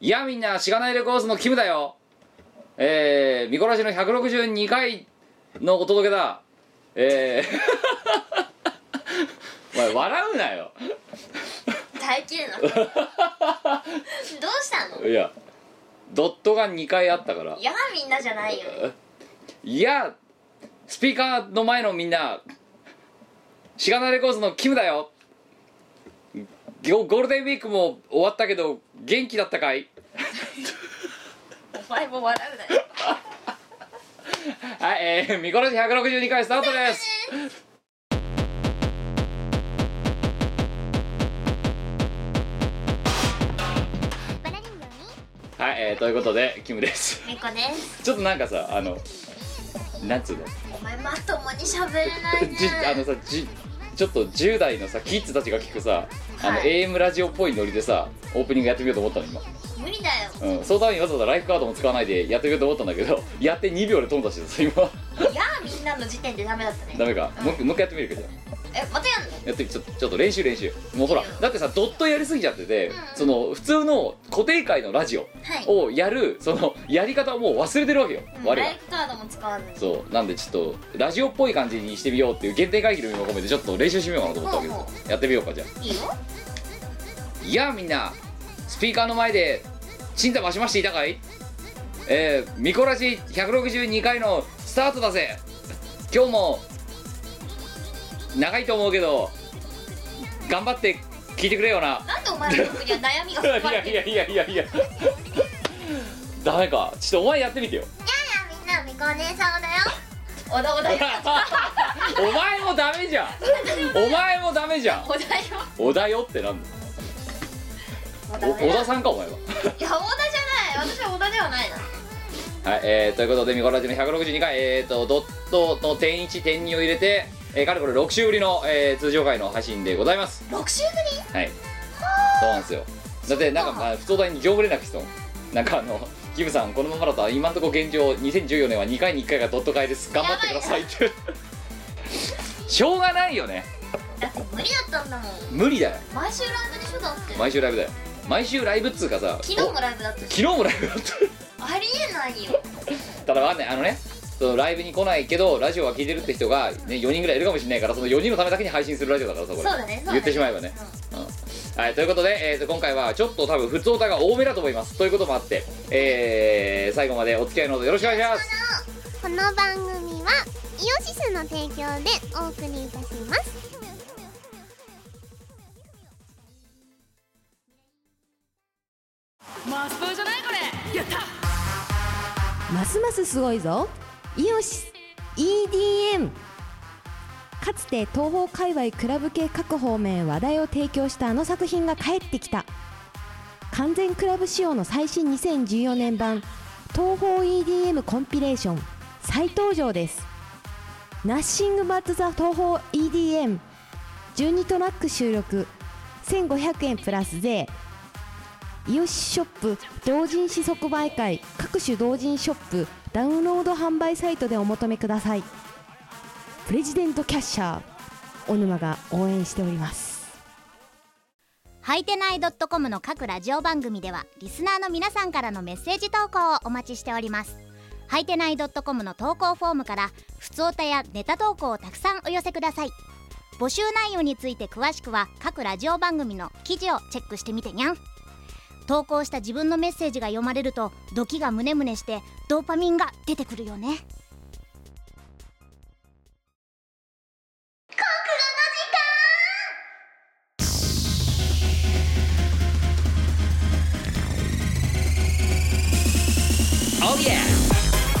いやみんなしがないレコーズのキムだよえー、見殺しの162回のお届けだえー お前笑うなよ耐えきれ なかったどうしたのいやドットが2回あったからいやみんなじゃないよいやスピーカーの前のみんなしがないレコーズのキムだよゴゴールデンウィークも終わったけど元気だったかいお前も笑うなよはい、えー、見殺し162回スタートですはい、バラ人形にえー、ということでキムですみこですちょっとなんかさあのなんつうのお前まともに喋れない ねじあのさじちょっと10代のさキッズたちが聞くさあの、はい AM ラジオっぽいノリでさオープニングやってみようと思ったの今、無理だようん、そのためにわざわざライフカードも使わないでやってみようと思ったんだけど やって2秒で飛んだしてさ今 いやみんなの時点でダメだったねダメかもう一回もう一回やってみるけどえまたやんのやってみちょちょっと練習練習もうほらだってさドットやりすぎちゃってて、その普通の固定回のラジオはいをやるそのやり方をもう忘れてるわけよ、うん我ラ々イフカードも使わずにそうなんでちょっとラジオっぽい感じにしてみようっていう限定会議の意味も込めてちょっと練習してみようかなと思ったわけほうですやってみようかじゃあいいよいやあみんなスピーカーの前でチンタマシマしていたかいえー、ミコラジ162回のスタートだぜ今日も長いと思うけど頑張って聞いてくれよななんでお前の僕には悩みがい含まれやているやいやいやいやダメかちょっとお前やってみてよみんなみこお姉さんだよ おだおだよお前もダメじゃんお前もダメじゃんおだよ小田よってなんだおだおよ小田さんかお前はいや小田じゃない私は小田ではないなはいえー、ということでミコラジの162回えーとドットの点1点2を入れて、えー、かれこれ6週ぶりの、えー通常回の配信でございます6週ぶりはいそうなんですよだってなんか、まあ、不当大に業務連絡してたもんなんかあのキムさんこのままだと今んとこ現状2014年は2回に1回がドット会です頑張ってくださいってしょうがないよねだって無理だったんだもん無理だよ毎週ライブでしょだって昨毎週ライブだよ毎週ライブっつうかさ日もライブだったしお昨日もライブだったありえないよただわかんないあのねそのライブに来ないけどラジオは聞いてるって人が、ね、4人ぐらいいるかもしれないからその4人のためだけに配信するラジオだからさこれそうだねそうだね言ってしまえばね、うんはい、ということで、えーと今回はちょっと多分普通歌が多めだと思いますということもあって、えー最後までお付き合いのほどよろしくお願いしますこの番組はイオシスの提供でお送りいたしますますますすごいぞイオシス EDM かつて東方界隈クラブ系各方面へ話題を提供したあの作品が帰ってきた完全クラブ仕様の最新2014年版東方 EDM コンピレーション再登場です「ナッシング・バット・ザ・東方 EDM」12トラック収録1500円プラス税イオシスショップ同人誌即売会各種同人ショップダウンロード販売サイトでお求めくださいプレジデントキャッシャー小沼が応援しておりますはいてない .com の各ラジオ番組ではリスナーの皆さんからのメッセージ投稿をお待ちしておりますはいてない .com の投稿フォームからふつおたやネタ投稿をたくさんお寄せください募集内容について詳しくは各ラジオ番組の記事をチェックしてみてにゃん投稿した自分のメッセージが読まれるとドキがムネムネしてドーパミンが出てくるよね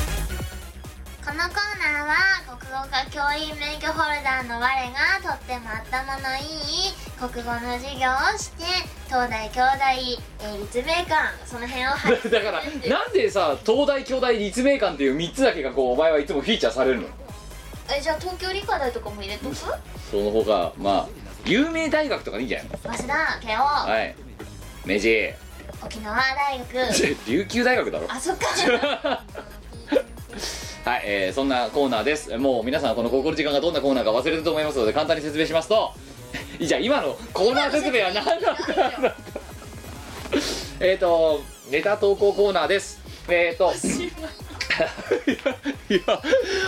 このコーナーは国語科教員免許ホルダーの我がとっても頭のいい国語の授業をして東大京大えー立命館その辺を 発だからなんでさ東大京大立命館っていう3つだけがこうお前はいつもフィーチャーされるのえじゃあ東京理科大とかも入れと く早そのほかまあ有名大学とかでいいんじゃないの稲田慶はい明 治応沖縄大 学琉球大学だろあそっかはい、えーそんなコーナーですもう皆さんこのここの時間がどんなコーナーか忘れると思いますので簡単に説明します とじゃあ今のコーナー説明は何だったんだえっ、とネタ投稿コーナーですえっ、といや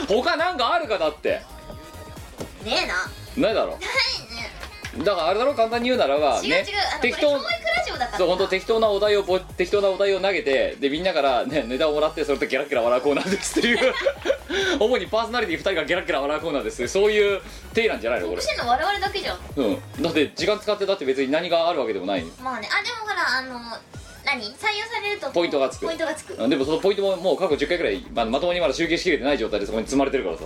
他なんかあるかだってねえなないだろないだからあれだろ簡単に言うならばね違う違う、ねあのこれ適教当育ラジオだからそう本当適当なお題をぼ適当なお題を投げてでみんなから、ね、ネタをもらってそれとゲラゲラ笑うコーナーですっていう 主にパーソナリティ2人がゲラゲラ笑うコーナーですってそういう体なんじゃないのこ得してんの我々だけじゃんれ、うん、だって時間使ってだって別に何があるわけでもないまあねあでもほらあの何採用されるとポイントがつくポイントがつくでもそのポイントももう過去10回くらい、まあまともにまだ集計しきれてない状態でそこに積まれてるからさ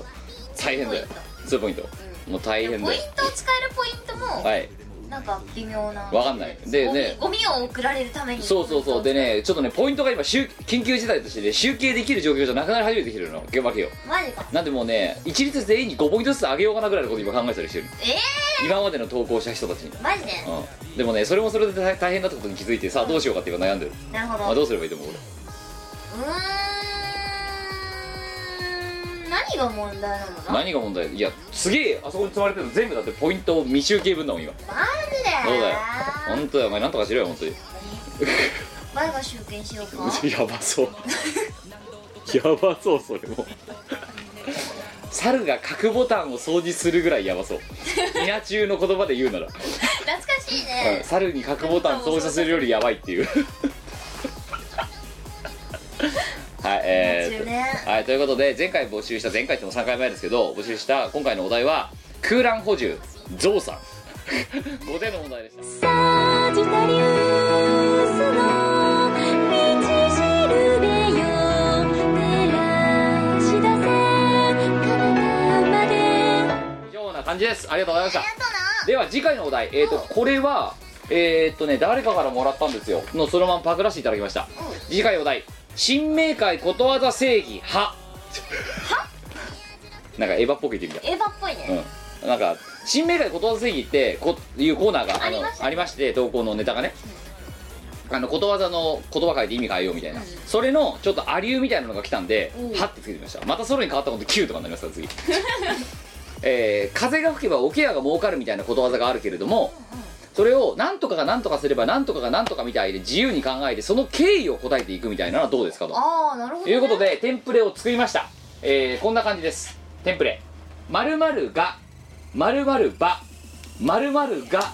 大変だよ2ポイントもう大変ポだインよトを使えるポイントもはいなんか微妙なわかんないでゴミねゴミを送られるためにそうそうそうでねちょっとねポイントが今集緊急事態としてね集計できる状況じゃなくなり始めてきてるのわけよマジかなんでもうね一律全員に5ポイントずつ上げようかなぐらいのこと今考えたりしてるええ今までの投稿した人たちに、ー、マジでうん、でもねそれもそれで大大変だってことに気づいてさあどうしようかって今悩んでる、なるまあ、ほどどううすればいいと思う俺ーん何が問題なのなマ何が問題いやすげえあそこに積まれてるの全部だってポイント未集計分だもん今そジでうだよ本当だよお前なんとかしろよ本当に前が集計 しようかやばそうやばそうそれも猿が角ボタンを掃除するぐらいやばそう稲中の言葉で言うなら懐かしいうんね猿に角ボタン操作するよりやばいって いうはい懐え中ねー、はいということで前回募集した前回っても3回前ですけど募集した今回のお題は空欄補充増産5点の問題でしたサジタリウスの道しるべよ照らし出せ体まで以上な感じですありがとうございましたありがとうでは次回のお題えっ、ー、とこれはえっ、ー、とね誰かからもらったんですよのそのままパクらせていただきましたなうん次回お題新明解ことわざ正義派はなんかエヴァっぽく言ってみたエヴァっぽいね、うん、なんか「新明解ことわざ正義」ってこいうコーナーがあのりましたありまして投稿のネタがね、あのことわざの言葉変えて意味変えようみたいな、それのちょっとアリューみたいなのが来たんで「うんは」ってつけてみましたまたソロに変わったこと9とかになりますから次 えー風が吹けば桶屋が儲かるみたいなことわざがあるけれども、それを何とかが何とかすれば何とかが何とかみたいで自由に考えてその経緯を答えていくみたいなのはどうですかとああなるほど、とね、いうことでテンプレを作りました、えーこんな感じですテンプレ〇〇が〇〇ば〇〇が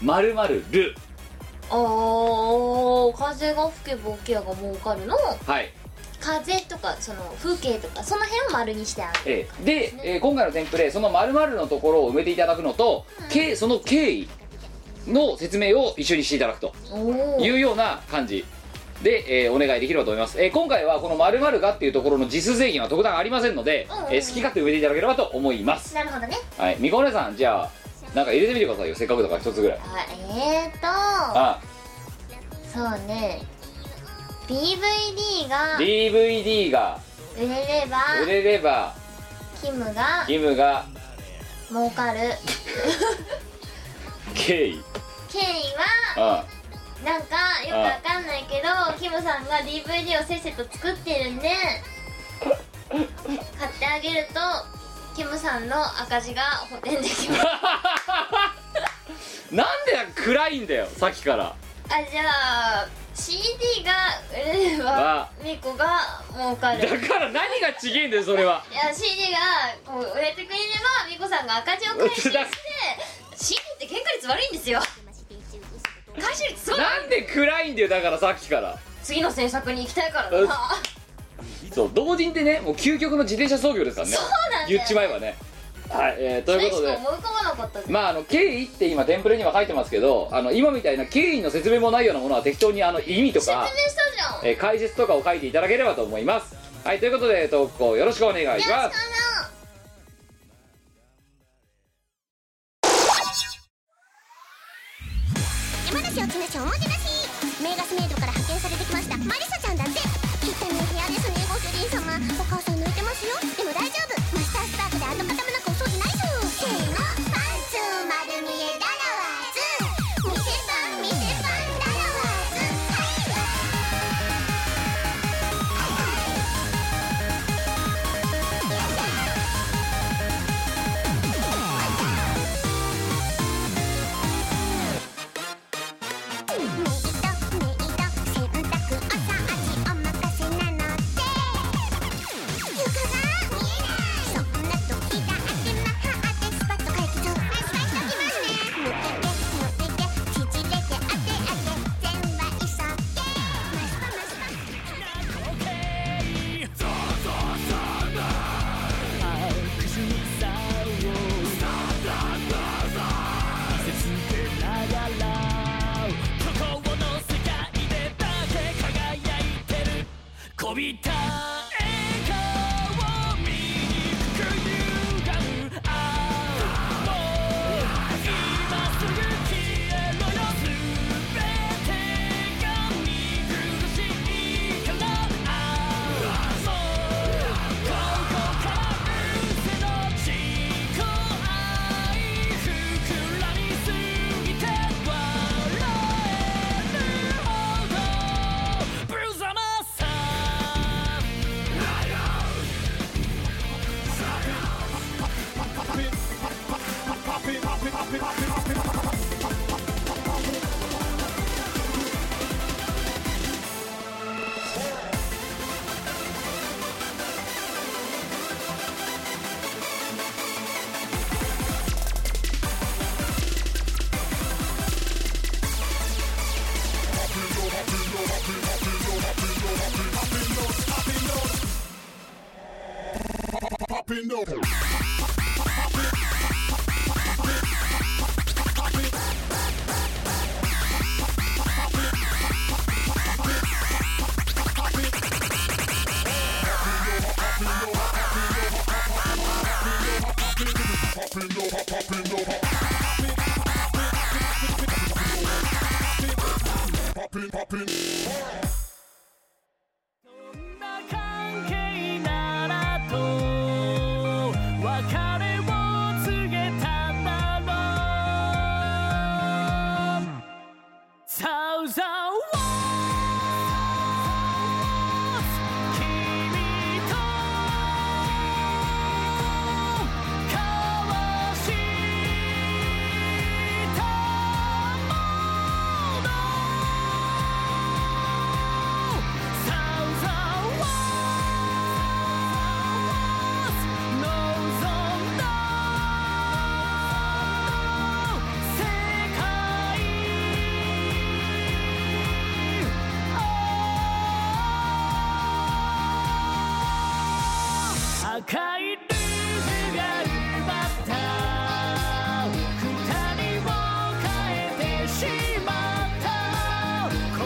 〇〇るああ風が吹けば桶屋が儲かるのはい、風とかその風景とかその辺を丸にしてあるえーで、えー今回のテンプレその〇〇のところを埋めていただくのと、けその経緯の説明を一緒にしていただくとおおいうような感じで、えーお願いできればと思います、えー今回はこの〇〇がっていうところの実数制限は特段ありませんので、うんうんうんえー好き勝手埋めていただければと思いますなるほどねはいみこお姉さんじゃあなんか入れてみてくださいよせっかくだから一つぐらいあえーとあそうね DVD が DVD が売れれば売れればキムが義務が儲かる経緯経緯あは なんかよくわかんないけどキムさんが DVD をせっせと作ってるんで買ってあげるとキムさんの赤字が補填できますなんで暗いんだよさっきからあじゃあ CD が売れればあミコが儲かるだから何がちげえんだよそれはいや CD がこう売れてくれれば美子さんが赤字を回収してだ CD って原価率悪いんですよ回収率すごいなんで暗いんだよだからさっきから次の制作に行きたいからなうっそう同人ってねもう究極の自転車操業ですからねそうなんだよ言っちまえばねはい、えーとそいうれこしとかで思い浮かばなかったですまああの経緯って今テンプレには書いてますけどあの今みたいな経緯の説明もないようなものは適当にあの意味と説明か、したじゃんえー解説とかを書いていただければと思いますはいということで投稿よろしくお願いします山梨を詰めしおもてなし名ガスメイドから派遣されてきましたマリサちゃんだって汚い部屋ですねご主人様お母さん泣いてますよでも大丈夫マスタースタートで跡形もなくお掃除ないぞせーのパンツ丸見えだらわず見せパン見せパンだらわずはい「飛びた笑顔醜く歪むああもう今すぐ消えろよ全てが見苦しいからああもうここから失せの自己愛膨らみすぎて笑えるほどブルーザマーさんどんな関係ならと別れを告げたんだろうサウザー君と交わしたもの「サウザーワーズ」「ノーゾンの世界」「赤いルームが奪った」「二人を変えてしまった」「言葉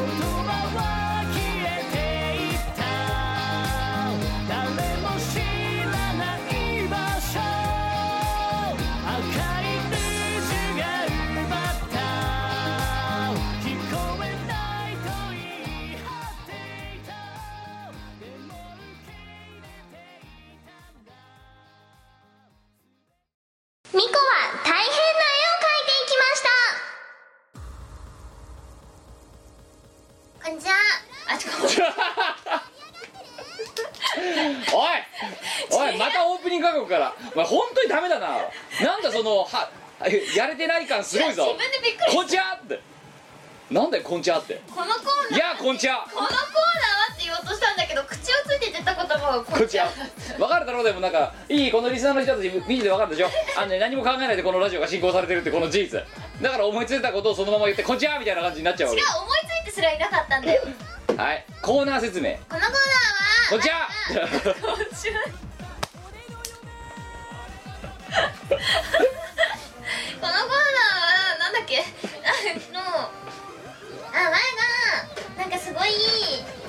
は消えていった」「誰も知らない場所」「赤いルームが奪った」「聞こえないと言い張っていた」「でも受け入れていたんだ」ミコは大変な絵を描いていきましたこんにちはあちこおいおいまたオープニング韓国からお前本当にダメだななんだそのはやれてない感すごいぞ自分でびっくりこんちゃってなんだよこんちゃってこのコーナいーやこんちゃこのコーナーはって言おうとしたんだけど口をついて出た言葉がここっんちちゃはわかるだろうでもなんかいいこのリスナーの人たち見ててわかるでしょあのね何も考えないでこのラジオが進行されてるってこの事実だから思いついたことをそのまま言ってこんちゃみたいな感じになっちゃうわけ思いついてすらいなかったんだよこのコはいコーナー説明ーナーはこんちゃ こんにちはこのコーナーはなんだっけあのあ前がなんかすごい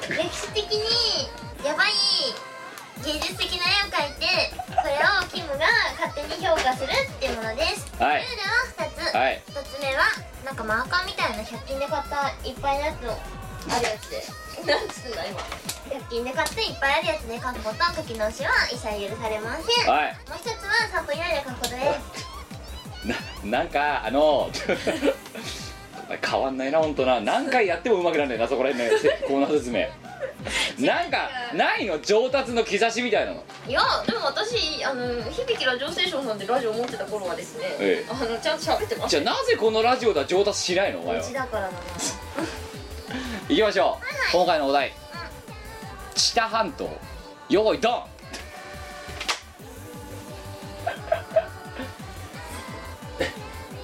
歴史的にやばい芸術的な絵を描いてこれをキムが勝手に評価するっていうものです、はいルールは2つ、はい1つ目はなんかマーカーみたいな100均で買ったいっぱいのやつのあるやつで なんつうんだ今100均で買っていっぱいあるやつで書くこと書き直しは一切許されません、 はいもう一つは散歩以内で書くことですななんかあの 変わんないな本当な何回やってもうまくなんねえなそこら辺のせコーナー説明なんかないの上達の兆しみたいなのいやでも私あの響ラジオステーションさんでラジオ持ってた頃はですね、ええあのちゃんと喋ってますじゃあなぜこのラジオでは上達しないのお前うはちだからだな行きましょう今回のお題知多半島用意ドン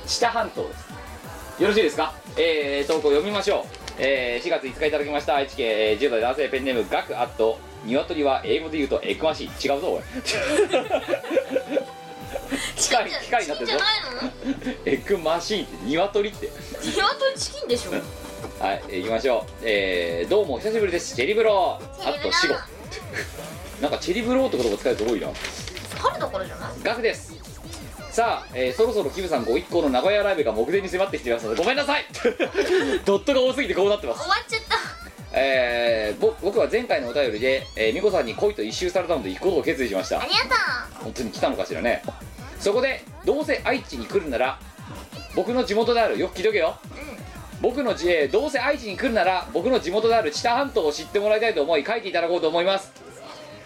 知多半島ですよろしいですかえー、投稿読みましょうえー4月5日いただきました愛知県、えー10代男性ペンネームガクアット鶏は英語で言うとエクマシ違うぞおい機械機械になってるじぞゃないのエッグマシーンって鶏ってニワトリチキンでしょはい行きましょうえー、どうもお久しぶりですチェリブロチェーあリブローと死後 なんかチェリブローって言葉使えると多いな春どころじゃないガクですさあ、えーそろそろキムさんご一行の名古屋ライブが目前に迫ってきていますのでごめんなさい ドットが多すぎてこうなってます終わっちゃったえー、ぼ僕は前回のお便りで、えー、美子さんに恋と一周されたので行くことを決意しましたありがと本当に来たのかしらねそこでどうせ愛知に来るなら僕の地元であるよく聞いとけよ、僕の地えーどうせ愛知に来るなら僕の地元である知多半島を知ってもらいたいと思い書いていただこうと思います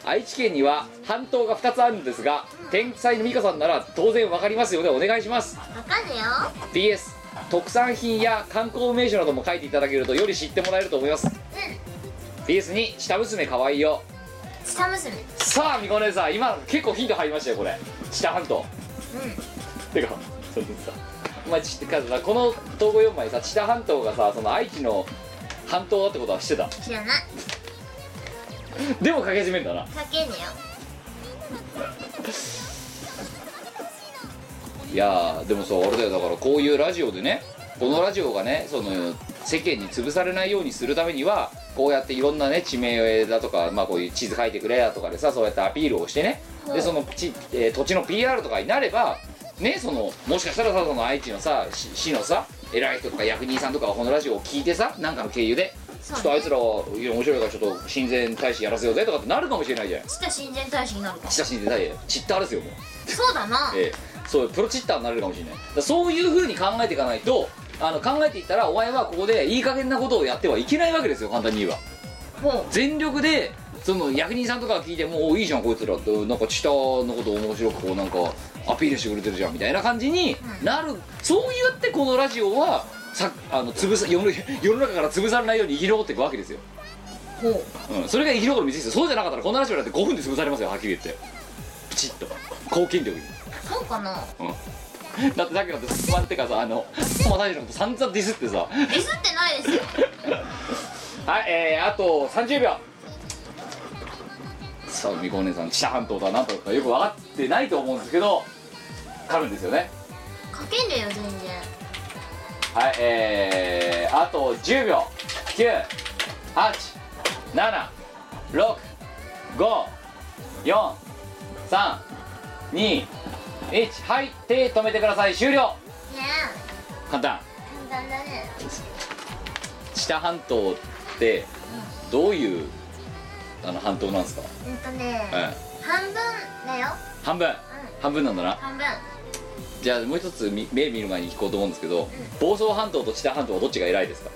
愛知県には半島が2つあるんですが天才の美香さんなら当然わかりますよねお願いしますうわかるよ DS 特産品や観光名所なども書いていただけるとより知ってもらえると思います DS に「下娘かわいいよ下娘」さあみこねさん今結構ヒント入りましたよこれ下半島てかそれでさお前ちかさこの東郷4枚さ知多半島がさその愛知の半島だってことはしてた知らないでも駆け始めんだなかけねよいやーでもさあれだよだからこういうラジオでねこのラジオがねその世間に潰されないようにするためにはこうやっていろんなね地名だとか、まあ、こういう地図書いてくれだとかでさそうやってアピールをしてねでその地、えー土地の PR とかになればねそのもしかしたらさその愛知のさ市市のさ偉い人とか役人さんとかがこのラジオを聞いてさなんかの経由で。ちょっとあいつらはいや面白いからちょっと親善大使やらせようぜとかってなるかもしれないじゃんちった親善大使になるか親しんでないちったあれですよもうそうだなえーそうプロチッターになれるかもしれないだからそういうふうに考えていかないとあの考えていったらお前はここでいい加減なことをやってはいけないわけですよ簡単に言えばほ全力でその役人さんとかが聞いても「おいいじゃんこいつら」ってなんかチタのことを面白くこうなんかアピールしてくれてるじゃんみたいな感じになる、そうやってこのラジオはさあの潰さ世の世の中から潰されないように生き残っていくわけですよ、うほううん、それが生き残る道ですよそうじゃなかったらこのラジオだって5分で潰されますよはっきり言ってプチッと貢献力にそうかなだってさっきだってスパンってかさあのスパ大事のこと散々ディスってさディスってないですよはいえー、あと30秒さあみこお姉さん知多半島だなんとかよく分かってないと思うんですけどかるんですよねかけねえよ全然はいえー、あと10秒987654321はい手止めてください終了ね簡単え簡単だね知多半島ってどういうあの半島なんですか、うんとね、え半分だよえ半分半分なんだな半分じゃあもう一つみ目見る前に聞こうと思うんですけど、房総半島と知多半島はどっちが偉いですか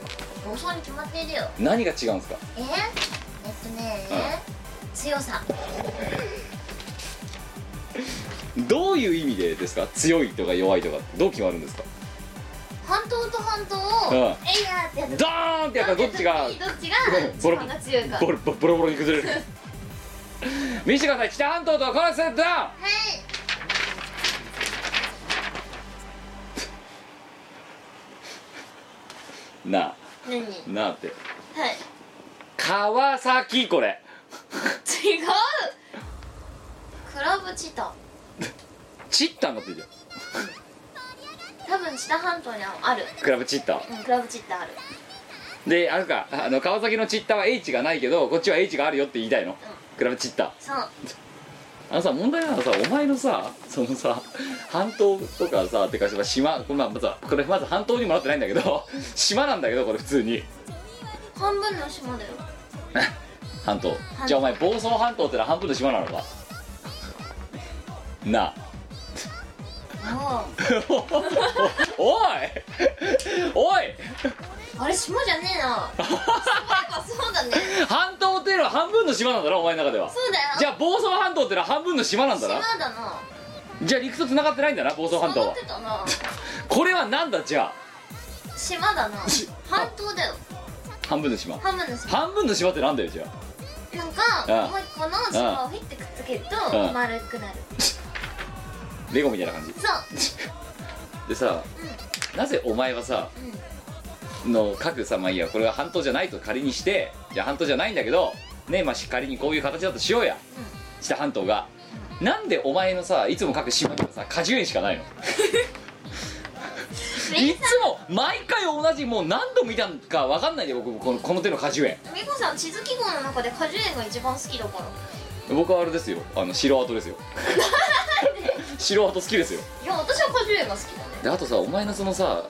暴走に決まっているよ何が違うんですかええっとね、強さどういう意味でですか強いとか弱いとかどう決まるんですか半島と半島を、うんえいやーってやつドーンってやったらどっちがどっちボロが自分が強いかボロボロボロボロに崩れる見せてください北半島とコラスダウンはいなあ何はいなあって川崎これ違うクラブチタチッタになってるじゃん多分知多半島にはあるクラブチッタうんクラブチッタあるであれかあの川崎のチッタは H がないけどこっちは H があるよって言いたいの比べチッタそうあのさ問題なのさお前のさそのさ半島とかさてか島これまあまずはこれまず半島にもなってないんだけど 島なんだけどこれ普通に半分の島だよ半島じゃあお前房総半島ってのは半分の島なのかなああおい おいああれ島じゃねえなそういえばそうだね半島っていうのは半分の島なんだろお前の中ではそうだよじゃあ房総半島ってのは半分の島なんだな島だなじゃあ陸と繋がってないんだな房総半島そう思はってたなこれはなんだじゃあ島 だなし半島だよ半分の島半分の島半分の島ってなんだよじゃあなんうかんもう一個の島をフィッてくっつけるとうん丸くなるレゴみたいな感じ そうでさ、なぜお前はさ、の各さまあいいやこれは半島じゃないと仮にしてじゃあ半島じゃないんだけどねまあし仮にこういう形だとしようや、した半島が、なんでお前のさいつも各島にはさ果樹園しかないのいつも毎回同じもう何度見たんか分かんないで僕このこの手の果樹園美子さん地図記号の中で果樹園が一番好きだから僕はあれですよあの白跡ですよ 白跡好きですよいや私は果樹園が好きだねであとさお前のそのさ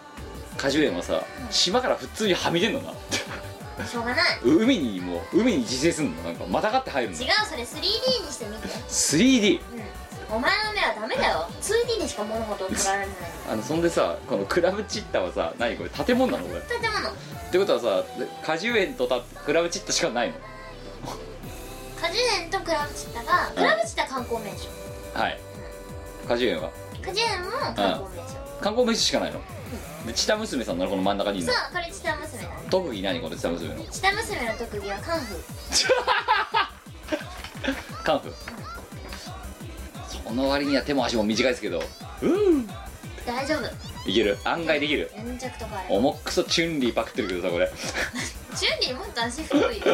果樹園はさ島から普通にはみ出んのな しょうがない海にもう海に自生すんのなんかまたがって入るの 違うそれ 3D にしてみて 3D お前の目はダメだよ 2D でしか物事を捉えられないあのそんでさこのクラブチッタはさ何これ建物なのこれっ建物てことはさ果樹園とたクラブチッタしかないの果樹園とクラブチッタがクラブチッタ観光名所はい果樹園は果樹園も観光名所観光名所しかないのでチタ娘さんなのこの真ん中にいるのさあこれチタ娘だね特技何このチタ娘のチタ娘の特技はカンフーカンフその割には手も足も短いですけどうん大丈夫いける案外できる粘着とかある重くそチュンリーパクってるけどさこれチュンリーもっと足太いよ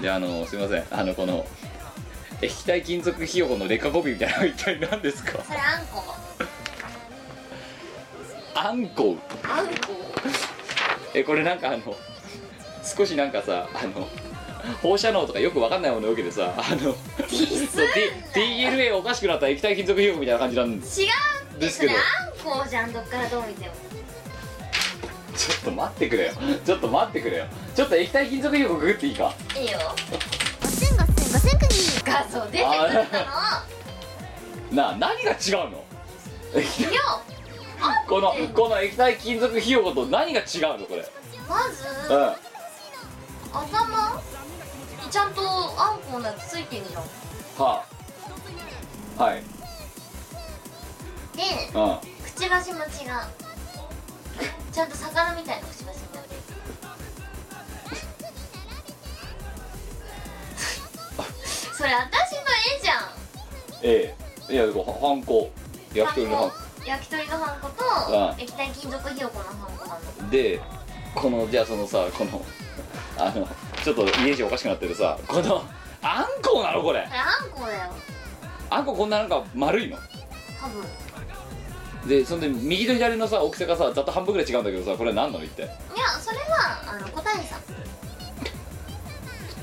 であのすいませんあのこの液体金属ひよこの劣化コピーみたいなの一体何ですかそれあんこアンコウあんこえこれなんかあの少しなんかさあの放射能とかよくわかんないものを受けてさあの DLA おかしくなった液体金属ひよこみたいな感じなんです違うってですそけれどあんこじゃんどっからどう見てもちょっと待ってくれよちょっと待ってくれよちょっと液体金属ひよこググっていいかいいよガセンガセンガセンクニ画像出てくるのあよなあ何が違うのあこのこの液体金属ひよこと何が違うのこれまずう頭にちゃんとあんこのやつついてるじゃんんはあはいでうくちばしも違うちゃんと魚みたいなくちばしになってるそれ私の絵じゃんんええいやこうハンコ焼き鳥のハンコ焼き鳥のハンコとうん液体金属ひよこのハンコなんだでこのじゃあそのさこのあのちょっとイメージおかしくなってるさこのあんこうなのこれそれあんこだよあんここんななんか丸いの多分でそんで右と左のさ大きさがさざっと半分ぐらい違うんだけどさこれ何なの一体いやそれはあの個体差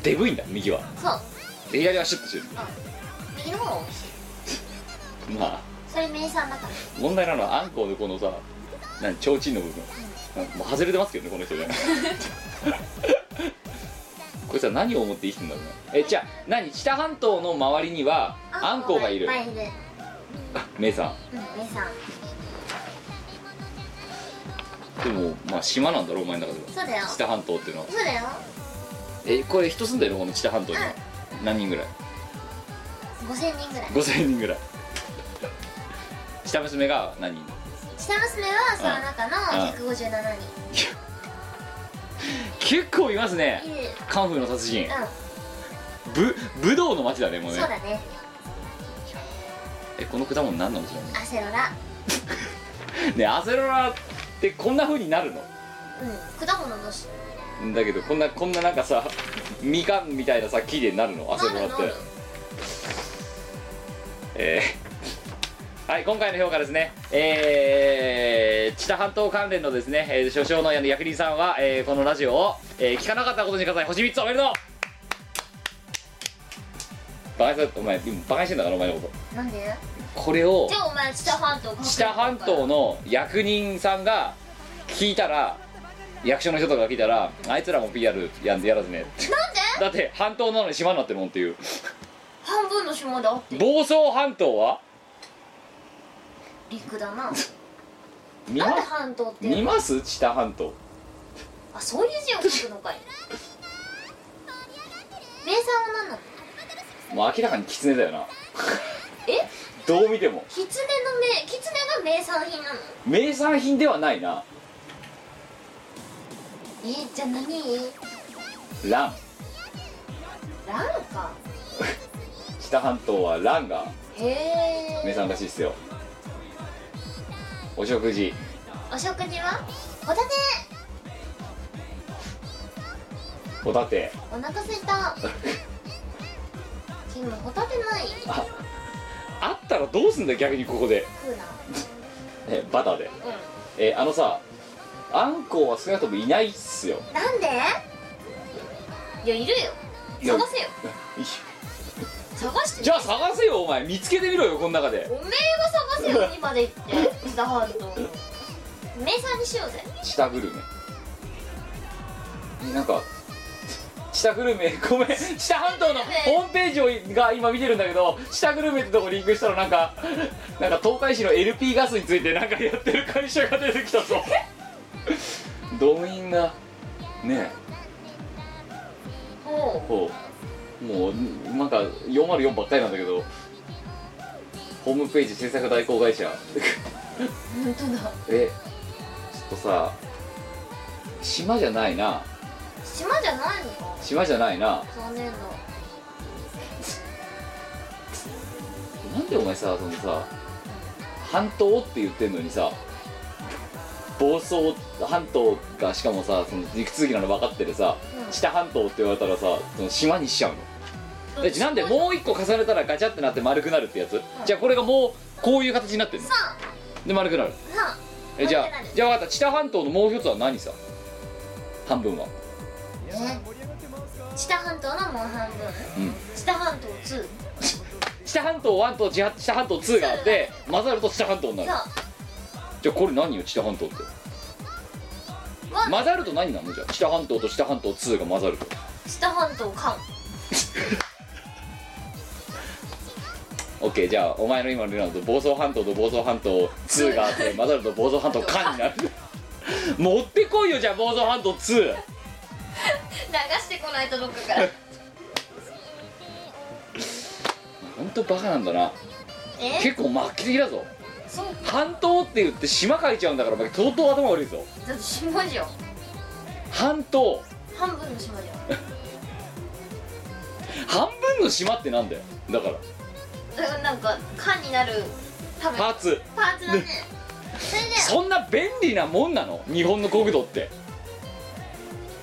デブいんだ右はそうで左はシュッとしてる右の方が美味しいまあそれ名産だから問題なのはあんこうのこのさ何提灯の部分なんかもう外れてますけどねこの人ね こいつは何を思って生きてんだろうなえじゃあ何知多半島の周りにはあんこうがいる前にいる名産うん名産でもまあ島なんだろお前の中ではそうだよ知多半島っていうのはそうだよえこれ人住んでるのこの知多半島には何人ぐらい5000人ぐらい5000人ぐらい知多娘が何人下娘はその中の157結構います人ねいるカンフーの達人うぶ武道の町だねもうんねそうだねえこの果物何なの知らなアセロラいねアセロラってこんな風になるのうん果物の種だけどこんなこんななんかさみかんみたいなさ木でなるの汗もらなっるなてるえーはい今回の評価ですねえー、知多半島関連のですね、えー、所掌の役人さんは、えーこのラジオを、えー聞かなかったことにください星3つおめでとうバカにしてお前今バカにしてんだからお前のことなんでこれをじゃあお前知多半島知多半島の役人さんが聞いたら役所の人とかが聞いたらあいつらも PR やんやらずねなんでだって半島なのに島になってるもんっていう半分の島であって房総半島は陸だ ななんで見ま半島って見ます知多半島あそういう字を書くのかい名産は何なのもう明らかに狐だよなえどう見ても狐の名狐が名産品なの名産品ではないなえじゃあ何ランランか知多半島はランがへえ名産らしいっすよお食事お食事はホタテホタテお腹すい た君ホタテないああったらどうすんだよ逆にここで食うなえバターでうんえーあのさあんこうは少なくともいないっすよ なんでいやいるよいや探せよ探してじゃあ探せよお前見つけてみろよこの中でおめえが探せよ2まで行 って北半島の 名産にしようぜ下グルメえなんか下グルメ ごめん下半島のホームページをが今見てるんだけど下グルメってとこリンクしたらなんかなんか東海市の LP ガスについてなんかやってる会社が出てきたぞ 動員がねおうえこうもうなんか404ばっかりなんだけどホームページ制作代行会社本当だえちょっとさ島じゃないな島じゃないのか島じゃないな残念だなんでお前さそのさ半島って言ってんのにさ房総半島がしかもさその陸続きなの分かってるさ、うん下半島って言われたらさその島にしちゃうのえなんでもう一個重ねたらガチャってなって丸くなるってやつ、じゃあこれがもうこういう形になってるのさで丸くなるあさえじゃあ丸くなるじゃあ分かった知多半島のもう一つは何さ半分はあ知多半島のもう半分うん知多半島2知多半島1と知多知多半島2があって混ざると知多半島になるさじゃあこれ何よ知多半島ってわ混ざると何なのじゃあ知多半島と知多半島2が混ざるとあ知多半島間 OK じゃあお前の今の例なのと房総半島と房総半島2があって混ざると房総半島間になる持ってこいよじゃあ房総半島2流してこないとどっかからほんとバカなんだなえ結構末期的だぞそう半島って言って島書いちゃうんだからお前相当頭悪いぞだって島じゃん半島半分の島じゃん半分の島ってなんだよだからだからなんか間になる多分パーツパーツだねそれでそんな便利なもんなの日本の国土って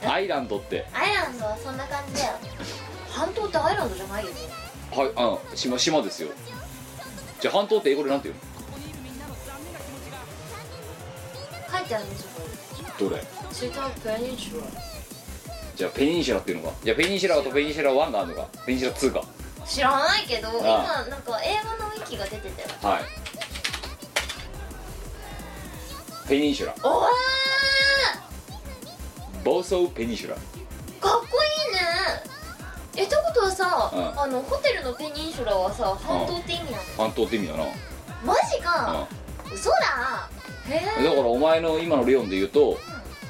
アイランドってアイランドはそんな感じだよ半島ってアイランドじゃないよねはいあの島島ですよじゃあ半島って英語でなんて言書いてあるんですようのどれ中東プレニンシュじゃあペニンシュラっていうのかじゃあペニンシュラとペニンシュラ1があるのかペニンシュラ2かラ知らないけど今あなんか映画の息が出てたよはいペニンシュラおわ房総ペニンシュラーかっこいいねえってことはさ、うんあのホテルのペニンシュラはさ半島って意味なの、半島って意味だな、うん、マジだかか、嘘だへえらお前の今のレオンで言うと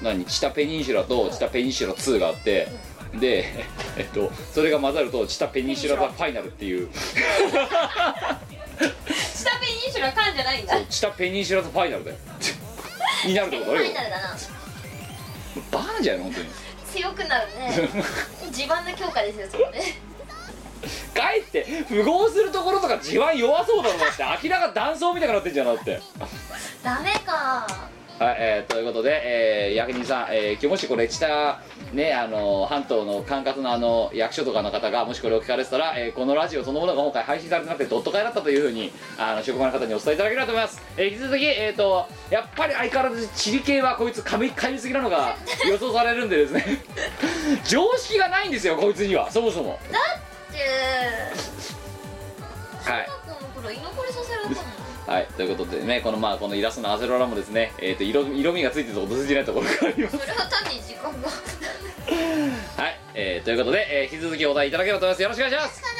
何知多ペニンシュラと知多ペニンシュラ2があってで えっとそれが混ざると知多ペニンシュラザファイナルっていう下ペニンシュラ間じゃないんだそう知多ペニンシュラザファイナルだよ になるってことあフるァよイナルだなバカじゃないの本当に強くなる ね地盤の強化ですよそこでかえって符合するところとか地盤弱そうだろうなって明らか断層みたいになってんじゃなくてダメかはい、えーということで、えー、役人さん、えー今日もしこれ知多ねあの半島の管轄のあの役所とかの方がもしこれを聞かれてたら、えーこのラジオそのものが今回配信されてなくてドット会だったというふうにあの職場の方にお伝えいただければと思います、えー引き続き、えー、とやっぱり相変わらず地理系はこいつ噛み噛みすぎなのが予想されるんでですね常識がないんですよこいつにはそもそもっていうはい小学校の頃居残りさせら れたのはい、ということでね、このまあこのイラストのアセロラもですね、えー、と色色味がついてるとこと通じないところがあります。それは単に時間がはい、えーということで、えー引き続きお題いただければと思います。よろしくお願いします。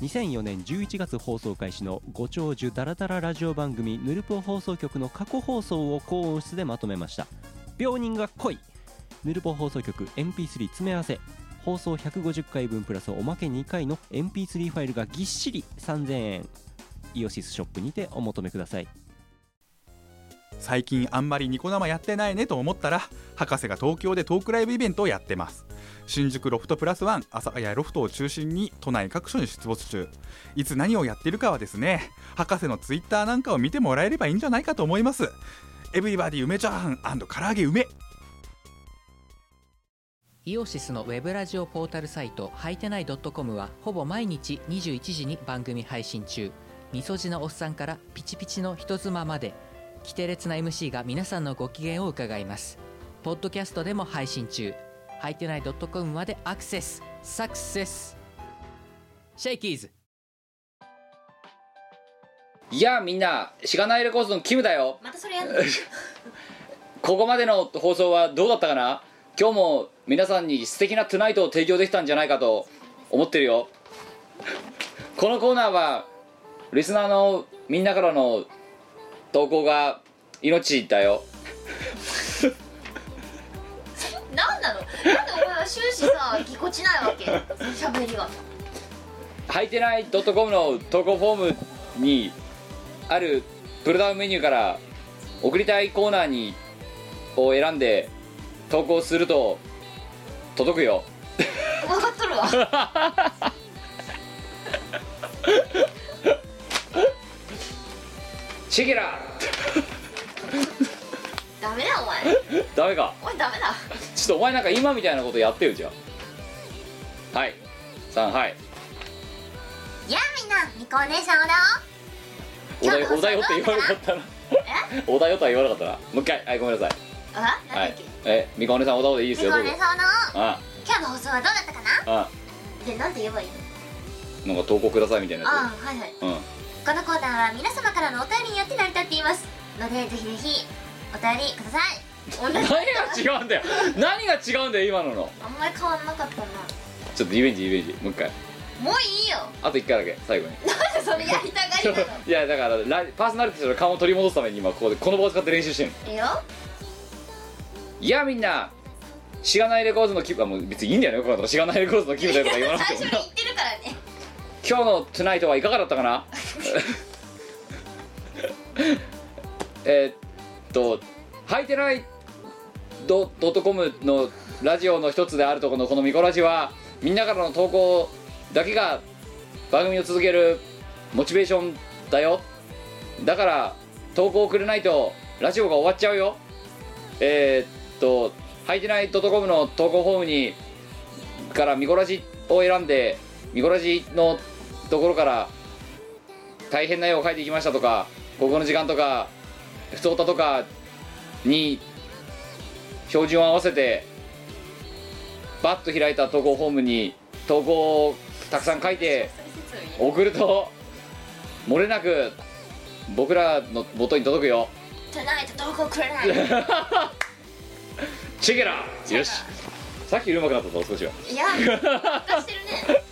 2004年11月放送開始のご長寿ダラダララジオ番組「ヌルポ放送局」の過去放送を高音質でまとめました病人が来いヌルポ放送局 MP3 詰め合わせ放送150回分プラスおまけ2回の MP3 ファイルがぎっしり3000円イオシスショップにてお求めください最近あんまりニコ生やってないねと思ったら博士が東京でトークライブイベントをやってます新宿ロフトプラスワン朝早ロフトを中心に都内各所に出没中いつ何をやってるかはですね博士のツイッターなんかを見てもらえればいいんじゃないかと思いますエブリバディ梅チャーハン唐揚げ梅イオシスのウェブラジオポータルサイトハイテナイ .com はほぼ毎日21時に番組配信中みそじのおっさんからピチピチの人妻まで規定列な MC が皆さんのご機嫌を伺いますポッドキャストでも配信中はいてない .com までアクセスサクセスシェイキーズいやみんなしがないレコーズのキムだよ またそれ やんのここまでの放送はどうだったかな今日も皆さんに素敵なトゥナイトを提供できたんじゃないかと思ってるよこのコーナーはリスナーのみんなからの投稿が命だよなんなのなんでお前は終始さぎこちないわけ喋りがはいてない .com の投稿フォームにあるプルダウンメニューから送りたいコーナーにを選んで投稿すると届くよ分かっとるわシゲラダメだお前ダメかお前ダメだちょっとお前なんか今みたいなことやってよじゃあはいさんはいやあみんなみこお姉さんおだお題お題よって言わなかったなお題よとは言わなかったなもう一回はいごめんなさいおあなんはだっいけ、えみかお姉さんおだおでいいでおすみこおよどうぞ姉さんおだあ今日の放送はどうだったかなあでなんて言えばいいのなんか投稿くださいみたいなやああはいはいつうんこのコーナーは皆様からのお便りによって成り立っていますのでぜひぜひお便りくださ い同じ何が違うんだよ何が違うんだよ今ののあんまり変わんなかったなちょっとリベンジリベンジもう一回もういい よあと一回だけ最後になんでそれやりたがりなの いやだからラパーソナリティの勘を取り戻すために今ここでこの場を使って練習してるの えよいやみんなしがないレコーズの気分あもう別にいいんだよねこの後しがないレコーズの気分だよとか言わなくて最も初に言ってるからね今日の「トゥナイト」はいかがだったかな えーっと「はいてないドドットコム」のラジオの一つであるとこのこの「ミコラジ」はみんなからの投稿だけが番組を続けるモチベーションだよだから投稿をくれないとラジオが終わっちゃうよえーっと「はいてないドットコム」の投稿フォームにから「ミコラジ」を選んでミコラジのところから大変な絵を描いてきましたとか高校の時間とか普通歌とかに標準を合わせてバッと開いた投稿フォームに投稿をたくさん書いて送ると漏れなく僕らの元に届くよじゃないと投稿くれないいチェケラよしさっきよりうまくなったぞ少しは や化してるね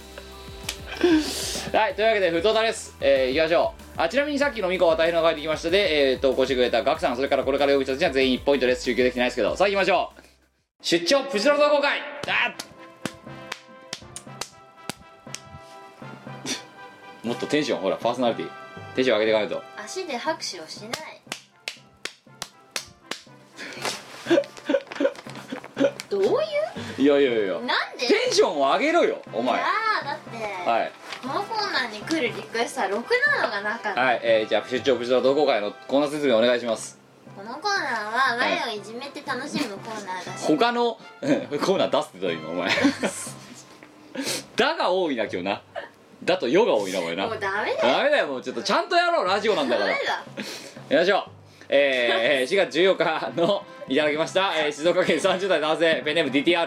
はいというわけで不当だですえー、いきましょうあちなみにさっきのみこは大変なのが書いてきましたで、えー、投稿してくれたガクさんそれからこれから呼ぶ人たちには全員1ポイントです集計できてないですけどさあ行きましょう出張プチロー同好会あー もっとテンションほらパーソナリティテンション上げていかない足で拍手をし ないどういうといやいやいやいやなんでいテンションを上げろよお前やーだって、はいこのコーナーに来るリクエストはろくなのがなかった、はい、えー、じゃあ出張プチロー同好会のコーナー説明お願いしますこのコーナーは我をいじめて楽しむコーナーだし、他のうんコーナー出すって言った今お前だが多いな今日なだとよが多いなお前なもうダメだよダメだよもうちょっとちゃんとやろうラジオなんだダかメらだやりましょうえーえー4月14日のいただきました、えー静岡県30代男性ペンネーム DTRDJ えー、そう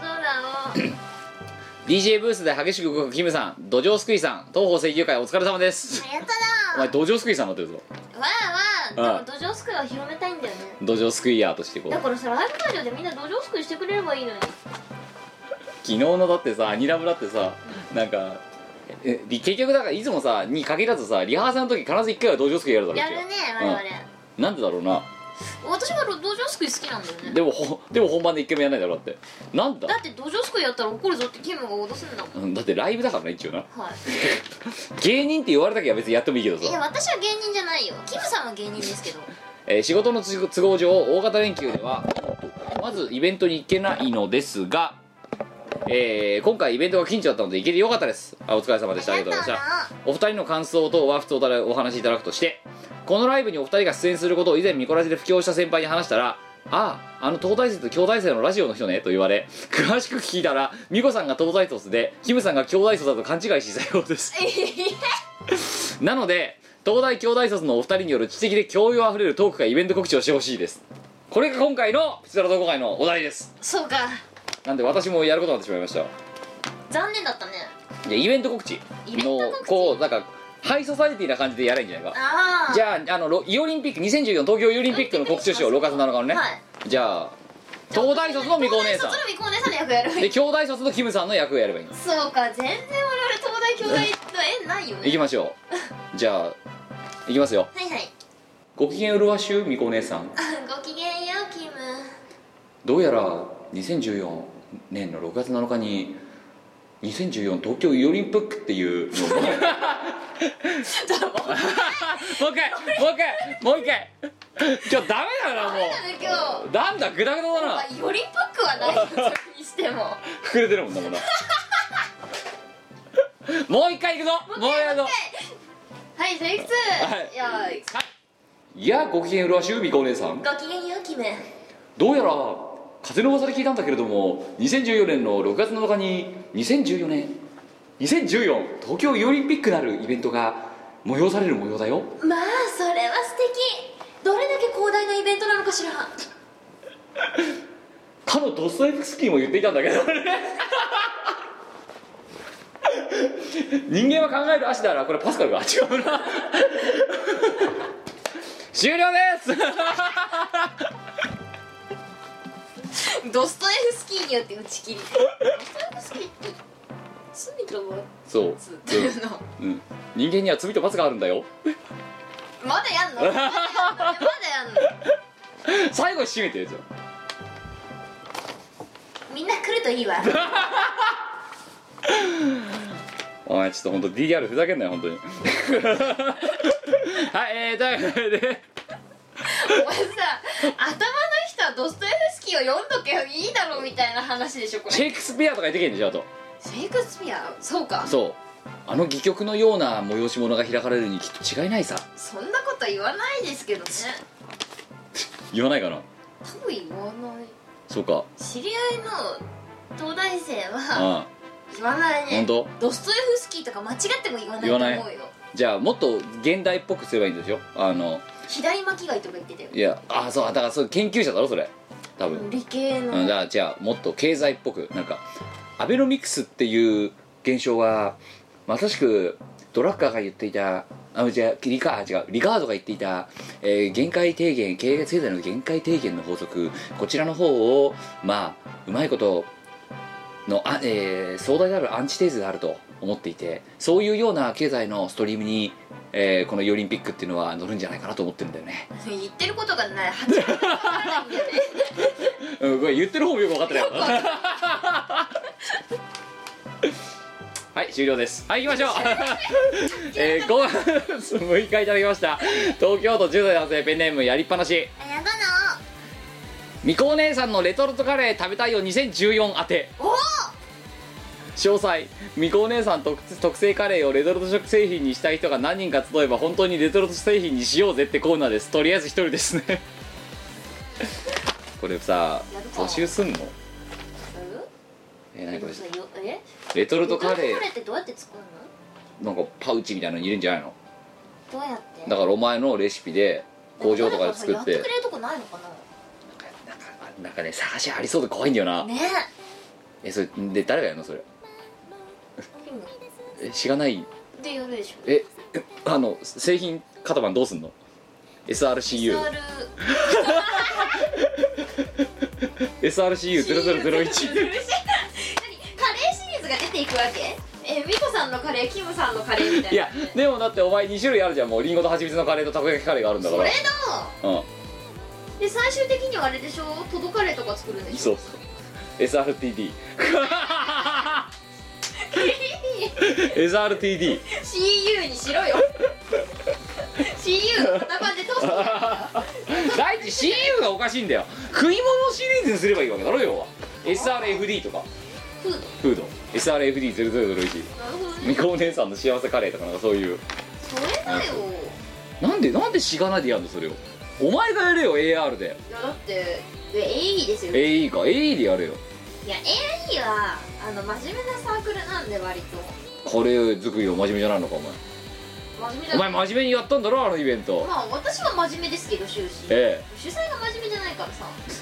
だもうブースで激しく動くキムさん土壌すくいさん東方請求会お疲れ様ですあやっおたな前土壌すくいさんになってるぞわあうわあんでも土壌すくいは広めたいんだよね土壌すくいヤーとしてこうだからさライブ会場でみんな土壌すくいしてくれればいいのに昨日のだってさアニラブだってさなんかええ結局だからいつもさに限らずさリハーサルの時必ず一回は同情すくいやるだろうやるね我々、うんなんでだろうな私は土壌すくい好きなんだよねでもほでも本番で一回もやらないだろうだってなんだだって土壌すくいやったら怒るぞってキムが脅すんだもんうんだってライブだからね一応なはい芸人って言われたきゃ別にやってもいいけどいやさ、私は芸人じゃないよキムさんは芸人ですけどえー仕事の都合都合上大型連休ではまずイベントに行けないのですが、えー今回イベントが近所だったので行けてよかったですあお疲れ様でしたありがとうございましたお二人の感想等は普通からお話しいただくとしてこのライブにお二人が出演することを以前ミコラジで布教した先輩に話したら「あああの東大生と京大生のラジオの人ね」と言われ詳しく聞いたらミコさんが東大卒でキムさんが京大卒だと勘違いしさようですなので東大京大卒のお二人による知的で教養あふれるトークかイベント告知をしてほしいですこれが今回のプチドラ同好会のお題ですそうかなんで私もやることになってしまいました残念だったねでイベント告知イベントの告知こうなんかハイソサイティな感じでやれんじゃないかああじゃゃああのロイオリンピック2014東京イオリンピックの告知をしよう6月7日のね、はいじゃあ東大卒のみこお姉さそんれみこお姉さんの役やるで兄弟卒のキムさんの役をやればいいのそうか全然我々東大京大と縁ないよねいきましょうじゃあいきますよはいはい ご機嫌うるわしゅうみこお姉さんごきげんようキムどうやら2014年の6月7日に2014東京イオリンピックっていうのをもう一回もう一回もう一回今日ダメだなも今日うなんだグダグダだなまあよりパックはないよそれにしても膨れてるもんなもんな もう一回いくぞ もうやるぞ はいテイクはい2よーいいやご機嫌うるわしゅうみこお姉さんごきげんようキムどうやら風の噂で聞いたんだけれども2014年の6月7日に2014年2014東京イオリンピックなるイベントが催される模様だよまあそれは素敵どれだけ広大なイベントなのかしらかのドストエフスキーも言っていたんだけどね人間は考える足だからこれパスカルが違うな終了ですドストエフスキーによって打ち切りドストエフスキーって罪と罰そう、っていうのうん、人間には罪と罰があるんだよまだ やんのまだやんの最後に締めてるやつよみんな来るといいわお前ちょっと本当 DDR ふざけんなよ本当に はいえー、ということでお前さ頭の人はドストエフスキーを読んどけばいいだろうみたいな話でしょこれシシェイクスピアとか言ってけんでしょあとェイクスピアそうかそそうあの戯曲のような催し物が開かれるにきっと違いないさんなこと言わないですけどね言わないかな多分言わないそうか知り合いの東大生はああ言わないね本当ドストエフスキーとか間違っても言わないと言わない思うよじゃあもっと現代っぽくすればいいんでしょあの左巻き貝とか言ってたよいやあそうだからそう研究者だろそれ多分理系の、うん、じゃあじゃあもっと経済っぽくなんかアベノミクスっていう現象はまさしくドラッカーが言っていたあじゃあリカー違うリカードが言っていた、えー限界低減経済の限界低減の法則こちらの方をまあうまいことのあ、えー壮大なるアンチテーゼであると思っていてそういうような経済のストリームに、えーこのイオリンピックっていうのは乗るんじゃないかなと思ってるんだよね、言ってることがないはっきりわからないんだよねうん、これ言ってる方もよく分かってないわ はい終了ですはい行 きましょうえー、5月6日いただきました東京都10代男性ペンネームやりっぱなしありがとうのみこお姉さんのレトルトカレー食べたいよ2014当て詳細みこお姉さん特特製カレーをレトルト食製品にしたい人が何人か集えば本当にレトルト製品にしようぜってコーナーですとりあえず一人ですねこれさやるか募集すんのえーえ何これえレトルトカレレーってどうやって作るのーなんかパウチみたいなのに入れるんじゃないのどうやってだからお前のレシピで工場とかで作やっっててくれるとこないのなかんかなんかね探しありそうで怖いんだよな、なねえそれで誰がやるのそれええ知らないでやるでしょええあの製品型番どうすんの SRCU SR SRCU0001 何カレーシリーズが出ていくわけえ美子さんのカレーキムさんのカレーみたいないやでもだってお前2種類あるじゃんもうリンゴと蜂蜜のカレーとたこ焼きカレーがあるんだかそられだうんで最終的にはあれでしょトドカレーとか作るんでしそ ょう SRTD SRTD CU にしろよ CU の片番で 通すの第一 CU がおかしいんだよ食い物シリーズにすればいいわけだろ要は SRFD とかフードフード SRFD0001 なるほどねみこお姉さんの幸せカレーとかなんかそういうそれだよなんでなんでしがないでやんのそれをお前がやれよ AR でいやだっていや AE ですよ AE か AE でやれよいや AE はあの真面目なサークルなんで割とカレー作りは真面目じゃないのかお前真面目おだ前真面目にやったんだろあのイベントまあ私は真面目ですけど終始え主催が真面目じゃないからさえ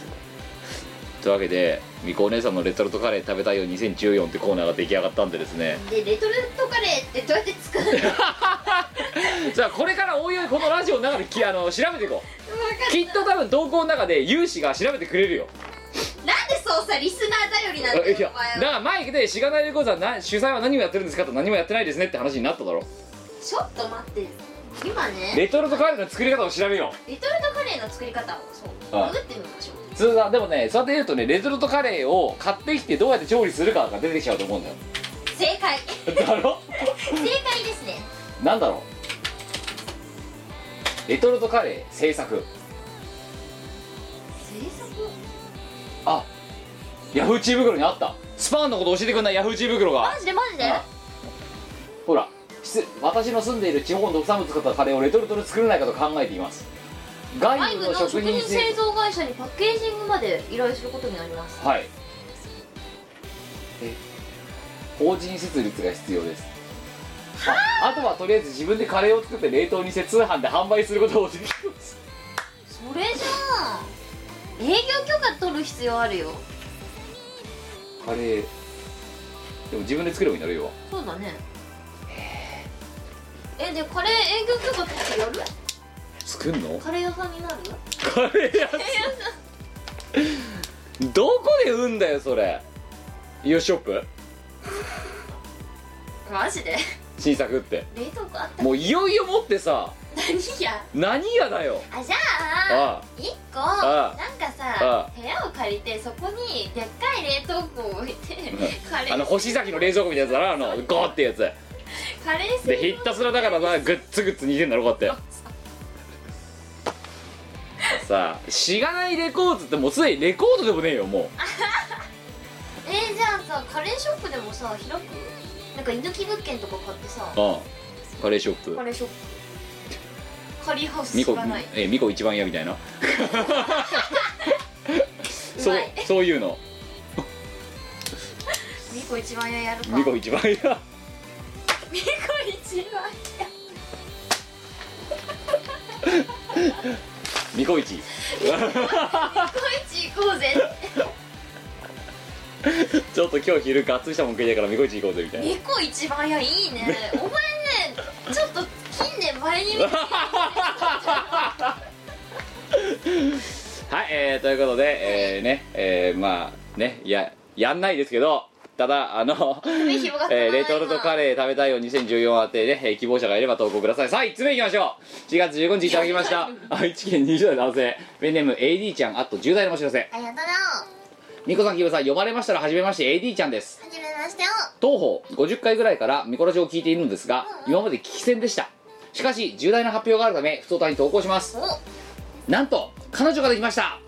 というわけでみこお姉さんのレトルトカレー食べたいよ2014ってコーナーが出来上がったんでです ねでレトルトカレーってどうやって 作るの分かじゃあこれからおいおいこのラジオの中できあの調べていこうきっと多分動向の中で有志が調べてくれるよるなんでそうさリスナー頼りなんあいだよやお前だはからマイクで「しがないレコーズはな主催は何をやってるんですか?」と何もやってないですねって話になっただろちょっと待って今ねレトルトカレーの作り方を調べようレトルトカレーの作り方をそうああググってみましょう普通だでもねそうやって言うとねレトルトカレーを買ってきてどうやって調理するかが出てきちゃうと思うんだよ正 解だろ正解ですねなんだろうレトルトカレー制作制作あヤフー知恵袋にあったスパンのこと教えてくんないヤフー知恵袋がマジでマジであほらし私の住んでいる地方の特産物使ったカレーをレトルトで作れないかと考えています外外部部のの職食人品性製造会社にパッケージングまで依頼することになりますはいえ法人設立が必要ですああとはとりあえず自分でカレーを作って冷凍にして通販で販売することをできますそれじゃあ営業許可取る必要あるよカレーでも自分で作ればいいんだろ要はそうだねえでカレー営業許可取ってやる作んのカレー屋さんにな るカレー屋さんどこで売んだよそれイオシショップマジで新作って冷凍 庫あったもういよいよ持ってさ何や何やだよあじゃああ一個あなんかあさ部屋を借りてそこにでっかい冷凍庫を置いてカレああのー星崎の冷蔵庫みたいなやつだなあのゴーってやつカレーで製ひたすらだからなグッツグッツ似てんだろこうやってさあしがないレコードってもうすでにレコードでもねえよもえー、じゃあさカレーショップでもさ開くなんか猪木物件とか買ってさう、うん、カレーショップカレーショップカリーハウスミ知コらないえミコ一番嫌みた いなそううまいそういうのミコ一番屋やるかミコ一番嫌ミコ一番ミコ 一屋ミコ一行こうぜちょっと今日昼ガッツリしたもん食いたいからミコ一行こうぜみたいなミコ一番屋いいねお前ねちょっと近年 前に見てはい、えー、ということで、えー、ね、えー、まあ、ね、や、やんないですけど、ただ、あの、目広がったなえーレトルトカレー食べたいよ2014あってね、えー希望者がいれば投稿ください。さあ、1つ目いきましょう !4 月15日いただきました。愛知県20代男性、ペンネーム AD ちゃん、あと10代のお知らせ。ありがとうなニコさん、キムさん、読まれましたら、はじめまして AD ちゃんです。はじめましてよ当方50回ぐらいからミコラジを聞いているのですが今まで聞き戦でしたしかし重大な発表があるため不登に投稿しますなんと彼女ができました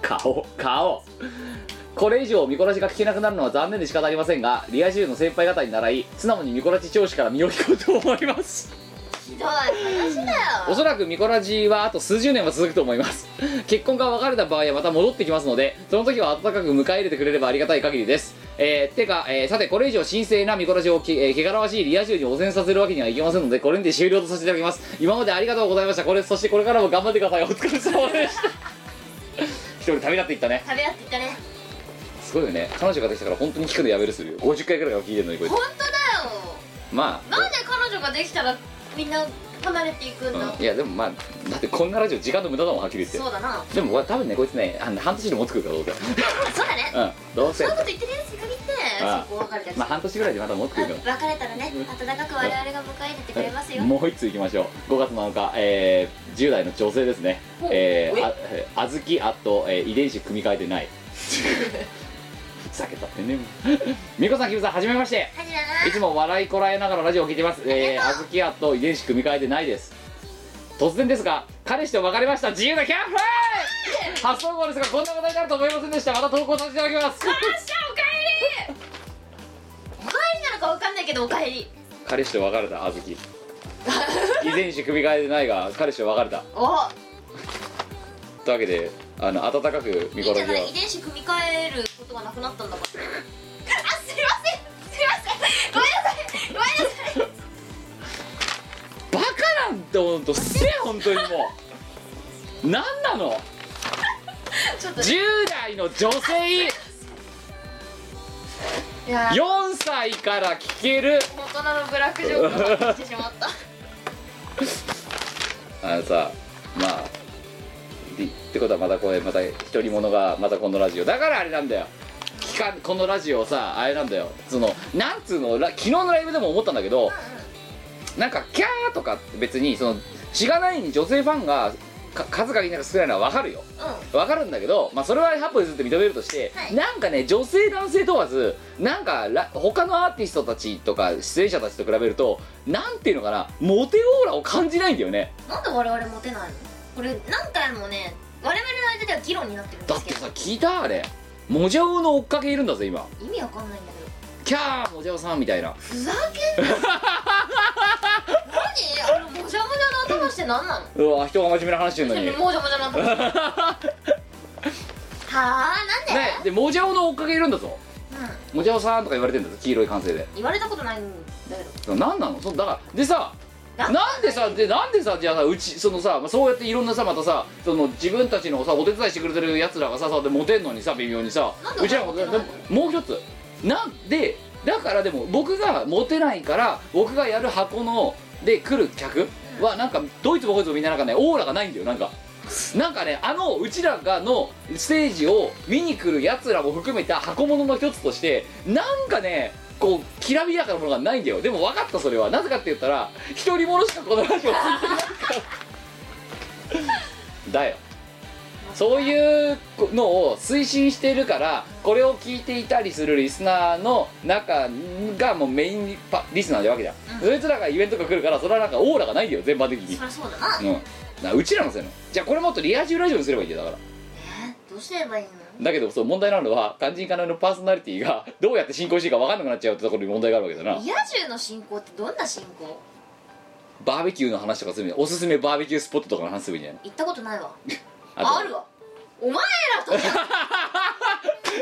顔顔これ以上ミコラジが聞けなくなるのは残念で仕方ありませんがリア充の先輩方に習い素直にミコラジ調子から身を引こうと思いますひどい話だよおそらくミコラジはあと数十年は続くと思います 結婚が別れた場合はまた戻ってきますのでその時は温かく迎え入れてくれればありがたい限りですえー、てか、えーさてこれ以上神聖なミコラジをき、えー、汚らわしいリア充に汚染させるわけにはいきませんのでこれにて終了とさせていただきます今までありがとうございましたこれそしてこれからも頑張ってくださいお疲れ様でした 一人旅立っていったね食べ合っていったねすごいよね彼女ができたから本当に聞くのやめるするよ50回くらいは聞いてるのにこれ本当だよまあなんで彼女ができたらみんな離れていくんだ、うんいやでもまあだってこんなラジオ時間の無駄だもんはっきり言ってそうだなでもこれ多分ねこいつねあの半年で持ってくるからどうせそうだねうんどうせそういうこと言ってるやつに限ってああそこ別れたりまあ半年ぐらいでまた持ってくるか別れたらね温かく我々が迎え入れてくれますよらもう一ついきましょう5月7日、えー、10代の女性ですねほうえー、えあえーあずきあと、えー遺伝子組み換えてない ふざけたってねみこさんきむさんはじめましてはじめまいつも笑いこらえながらラジオを聞いてますえー、あずきあと遺伝子組み換えてないです突然ですが彼氏と別れました自由なキャンプ発想後ですがこんな話題になると思いませんでしたまた投稿させていただきますおかえりなのかわかんないけどおかえり彼氏と別れた小豆遺伝子組み替えてないが彼氏と別れたおというわけであの温かくミいいコんじラジゃなはい遺伝子組み替えることがなく なったんだからあすいませんすいませんごめんなさいごめんなさいってほんとせえ本当にもう何なのちょっと10代の女性いやー4歳から聞ける大人のブラックジョークが入ってきてしま ったあのさまあでってことはまたこれまた独り者がまたこのラジオだからあれなんだよ聞かこのラジオさあれなんだよそのなんつうのら昨日のライブでも思ったんだけどなんかキャーとかって別にそのしがないに女性ファンがか数限りなく少ないのは分かるようわかるんだけど、まあ、それは8歩譲って認めるとして、はいなんかね女性男性問わずなんから他のアーティストたちとか出演者たちと比べるとなんていうのかなモテオーラを感じないんだよねんなんで我々モテないのこれ何回もね我々の間では議論になってるんでだっすけてどさ聞いたあれモジャオの追っかけいるんだぜ今意味わかんないんだけどキャーモジャオさんみたいなふざけんな何あのもじゃもじゃの頭して何なのうわ人が真面目な話してる のにねもじゃもじゃの頭はあなんでで、モジャオの追っかけいるんだぞうんモジャオさんとか言われてんだぞ黄色い歓声で言われたことないんだけど何なのそうだからでさななんでさでなんでさじゃあさうちそのさまあそうやっていろんなさまたさその自分たちのさお手伝いしてくれてるやつらがさそうやってモテんのにさ微妙にさなんでうちらもモテでないのもう一つなんでだからでも僕がモテないから僕がやる箱ので来る客はなんかどいつもこいつもみんななんかねオーラがないんだよなんかなんかねあのうちらがのステージを見に来るやつらも含めた箱物の一つとしてなんかねこうきらびやかなものがないんだよでも分かったそれはなぜかって言ったら一人者しかこのラジオ聞いてないからだよそういうのを推進しているからこれを聞いていたりするリスナーの中がもうメインパリスナーでわけじゃん、そいつらがイベントとか来るからそれはなんかオーラがないんだよ全般的にそりゃそうだなうん、なうちらのせいなのじゃあこれもっとリア充ラジオにすればいいんだよだからどうすればいいのだけどそう問題なのは肝心要のパーソナリティがどうやって進行していいか分かんなくなっちゃうってところに問題があるわけだなリア充の進行ってどんな進行バーベキューの話とかするんじゃないおすすめバーベキュースポットとかの話するんじゃない行ったことないわとあるわお前 らとじゃん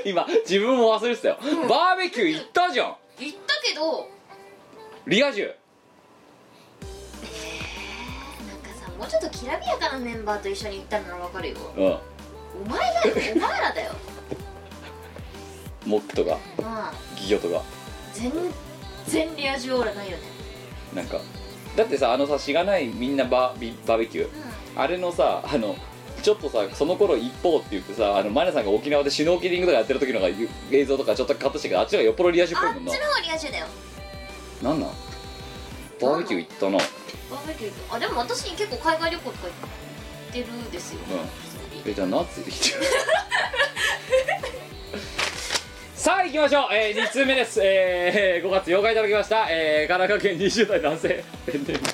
今自分も忘れてたよ、バーベキュー行ったじゃん行ったけどリア充なんかさもうちょっときらびやかなメンバーと一緒に行ったならわかるようんお前だよお前 らだよモックとかまあギギョとか全然リア充オーラないよねなんかだってさあのさしがないみんなバービバーベキューあれのさあのちょっとさその頃一方って言ってさあのマネさんが沖縄でシュノーケリングとかやってる時のがゆ映像とかちょっとカットしてからあっちの方がよっぽどリア充っぽいあもんっなちの方リア充だよなんなんバーベキュー行ったなバーベキュー行くあでも私結構海外旅行とか行ってるんですよ、うんえじゃあナッツできちゃ うさあ行きましょう、えー、2通目です、えー、5月8日いただきました、えー、神奈川県20代男 性ペンネーム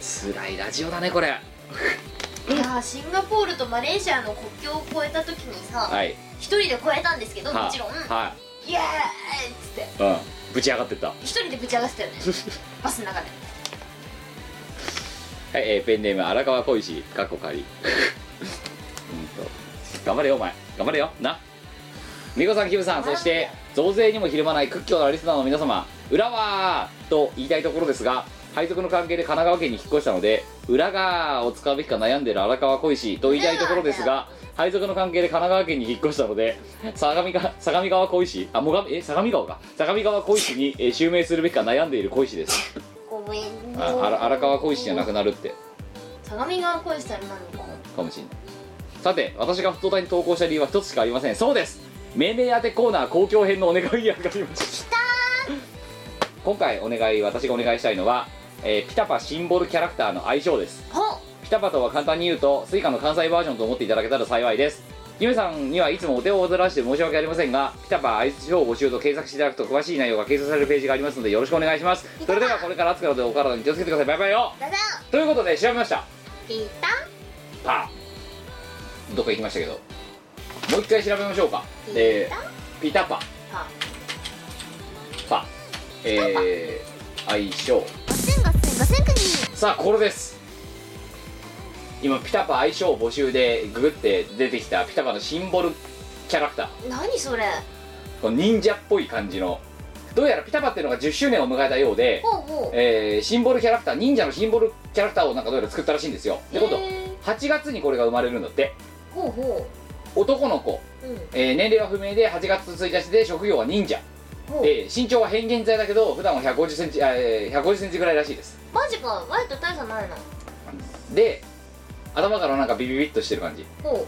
つらいラジオだねこれいやーシンガポールとマレーシアの国境を越えた時にさ、はい一人で越えたんですけどもはちろん、はイエーイっつってい、うん、ぶち上がってったはい、一人でぶち上がって たよねバスの中でえー、ペンネーム荒川小石かっこ仮 うんと頑張れよお前頑張れよな美子さんキムさんそして増税にもひるまない屈強なリスナーの皆様浦和と言いたいところですが配属の関係で神奈川県に引っ越したので裏側を使うべきか悩んでいる荒川小石と言いたいところですが配属の関係で神奈川県に引っ越したので相模が相模川小石あもがえ相模川か相模川小石に、えー襲名するべきか悩んでいる小石ですごめんねああら荒川小石じゃなくなるって相模川恋したらなのかかもしれないさて私が不登隊に投稿した理由は一つしかありませんそうです命名当てコーナー公共編のお願いに上がりました今回お願い私がお願いしたいのは、えーピタパシンボルキャラクターの相性ですほピタパとは簡単に言うとスイカの関西バージョンと思っていただけたら幸いですゆめさんにはいつもお手をおずらして申し訳ありませんがピタパ相性募集と検索していただくと詳しい内容が掲載されるページがありますのでよろしくお願いしますそれではこれから暑くなるのでお体に気をつけてくださいバイバイよだだということで調べましたピタパーどっか行きましたけどもう一回調べましょうかえー、ピタパパパえー、相性ガセンガセンガセンクニさあこれです今ピタパ相性募集でググって出てきたピタパのシンボルキャラクター何それこの忍者っぽい感じの不どうやらピタパっていうのが10周年を迎えたようで、ほうほうえーシンボルキャラクター忍者のシンボルキャラクターをなんかどうやら作ったらしいんですよってことえ8月にこれが生まれるんだってーほうほ男の子、ううんえー年齢は不明で8月1日で職業は忍者ほうで身長は変幻剤だけど普段は1 5 0センチあえー150センチぐらいらしいですマジかワイと大差ないなで頭からなんかビビビッとしてる感じほ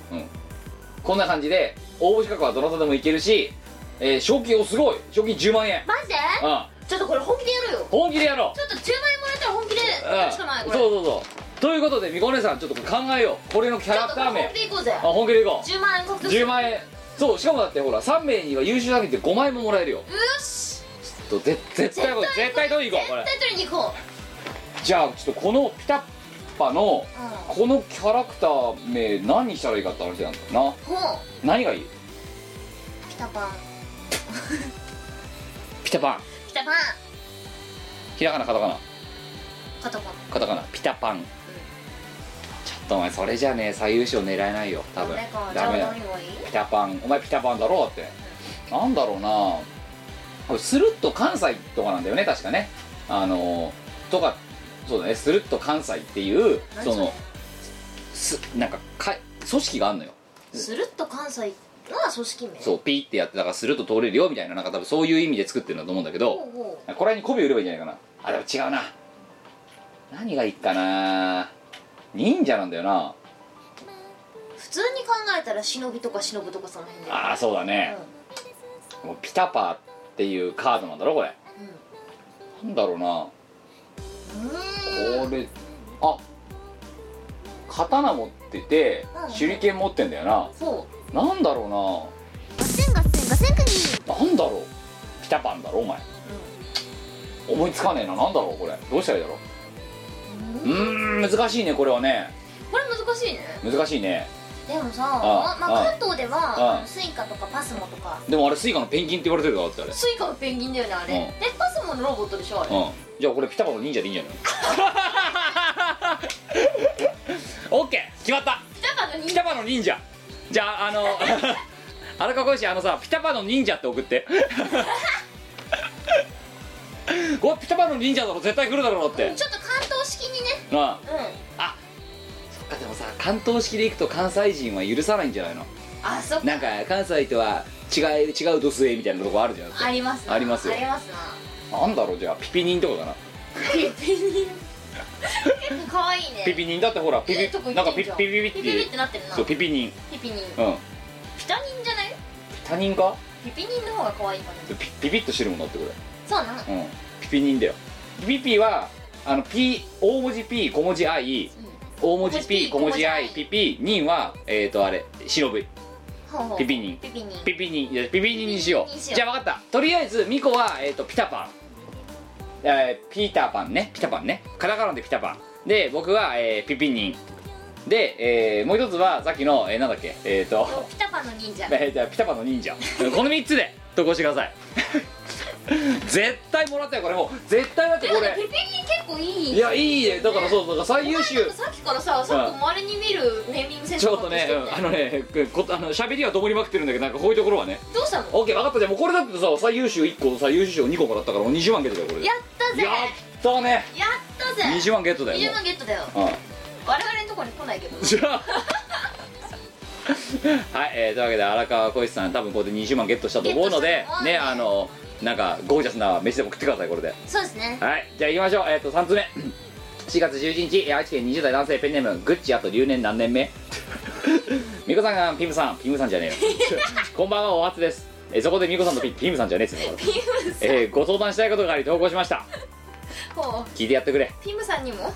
こんな感じで応募資格はどなたでもいけるし、えー賞金おすごい賞金10万円うマジでうんちょっとこれ本気でやるよ本気でやろうちょっと10万円もらったら本気でやうんるしかないこれそうそうそうということでみこねさんちょっと考えようこれのキャちょラっとクこタれー本名気でいこうぜあ本気でいこ10万円獲う得する10万円そうしかもだってほら3名には優秀作品で5万円ももらえるよよしちょっとぜ絶対これ絶対取りに行こうこれ絶対取りに行こじゃあちょっとこのピタッパのううんこのキャラクター名何にしたらいいかって話なんだよほうな何がいいピタパンピタパンピタパンひらがなカタカナカタパンカタカナピタパンちょっとお前それじゃね最優勝狙えないよ多分なんかじゃダあメだ何がいいピタパンお前ピタパンだろうってなんだろうなこれスルッと関西とかなんだよね確かねあのとかそうだねスルッと関西っていう何そそれのすなんかか組織があんのよスルッと関西が組織名そうピーってやってだからスルッと通れるよみたいななんか多分そういう意味で作ってるんだと思うんだけどほうほこれに媚び売ればいいんじゃないかなあでも違うな何がいいかな忍者なんだよなう普通に考えたら忍びとか忍ぶとかその辺でああそうだね、もうピタパーっていうカードなんだろこれなんだろうなうんうーんこれあ刀持っててうん手裏剣持ってんだよほななんだろガセンガセンガセンクニうななんだろうピタパンだろお前思いつかねえななんだろうこれどうしたらいいだろううーん難しいねこれはねうこれ難しいね難しいねでもさあまああ関東であはあのスイカとかパスモとかでもあれスイカのペンギンって言われてるからだってあれスイカはペンギンだよねあれうんでパスモのロボットでしょあれうんじゃあこれピタパの忍者でいいんじゃない オッケー決まったピタパのピ忍タパの忍者じゃあ あの荒川小石あのさピタパの忍者って送って これピタパの忍者だろ絶対来るだろうってちょっと関東式にねなあうんそっかでもさ関東式で行くと関西人は許さないんじゃないのあそっかなんか関西とは違い違うドスエみたいなとこあるじゃんありますなありますよありますななんだろうじゃあピピニンとかかな ピピニン結構可愛いねピピニンだってほらピいいとこピ行なんってかんピじピゃんピピピっピピっててなってるなそうピピニンピピニンうんピタニンじゃない他人かピピニンの方が可愛いかなピピピッとしてるもんだってこれそうなのうん、ピピ人だよピピピはあの P 大文字 P 小文字 I 大文字 P 小文字 I ピピ人はえっ、ー、とあれ忍ぶほうほうピピニンピピニンピピ人いやピピ人にしよピピ人にうしようじゃあ分かったとりあえずミコは、えー、とピタパン、えーピーターパンねピタパンねカタカナでピタパンで僕は、えーピピ人で、えーもう一つはさっきの、えーなんだっけえっ、ー、と ピタパの忍者えーじゃあピタパの忍者この3つで投稿してください 絶対もらったよこれもう絶対だってでもこねれピピニン結構いいいやいいねだからうそうだから最優秀さっきからささっきまれに見るネーミングセンスちょっとね、 持うんてきあてのねこあの喋りはどもりまくってるんだけどなんかこういうところはねどうしたの OK 分かったじゃあもうこれだってさ最優秀1個最優秀賞2個もらったからもう20万ゲットだよこれでやったぜやったねやったぜ20万ゲットだよ20も万ゲットだよう、うん我々のとこに来ないけどじゃあ はい、えーというわけで荒川浩一さん多分これで20万ゲットしたと思うのゲッでトしたと思うねねあのなんかゴージャスな飯でも食ってくださいこれでそうですねはいじゃあ行きましょうえっ、と3つ目4月11日えー愛知県20代男性ペンネームグッチあと留年何年 目みこさんがピムさんピムさんじ ゃねえよこんばんはお初ですえーそこでみこさんとピピムさんじゃねえっつ うのピムさんえーご相談したいことがあり投稿しましたほ聞いてやってくれうピムさんにも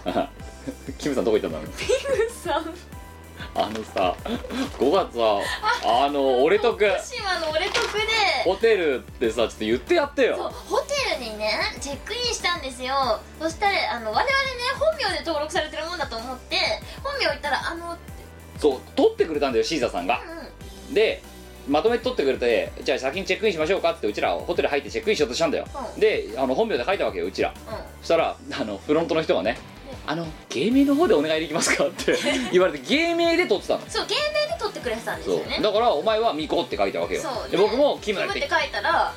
キムさんどこ行ったんだろうピムさんあのさ5月はあの俺とく福島の俺得でホテルってさちょっと言ってやってそうよホテルにねチェックインしたんですよそしたらあの我々ね本名で登録されてるもんだと思って本名言ったら「あの」ってそう取ってくれたんだよシーザーさんがうでまとめて取ってくれてじゃあ先にチェックインしましょうかってうちらホテル入ってチェックインしようとしたんだよ、うんであの本名で書いたわけようちらんうんそしたらあのフロントの人がね「あの芸名の方でお願いできますか?」って 言われて芸名で取ってたのそう芸名で取ってくれてたんですそようねだからお前は「ミコ」って書いたわけよそうで僕も「キム」キだムっってて書いたら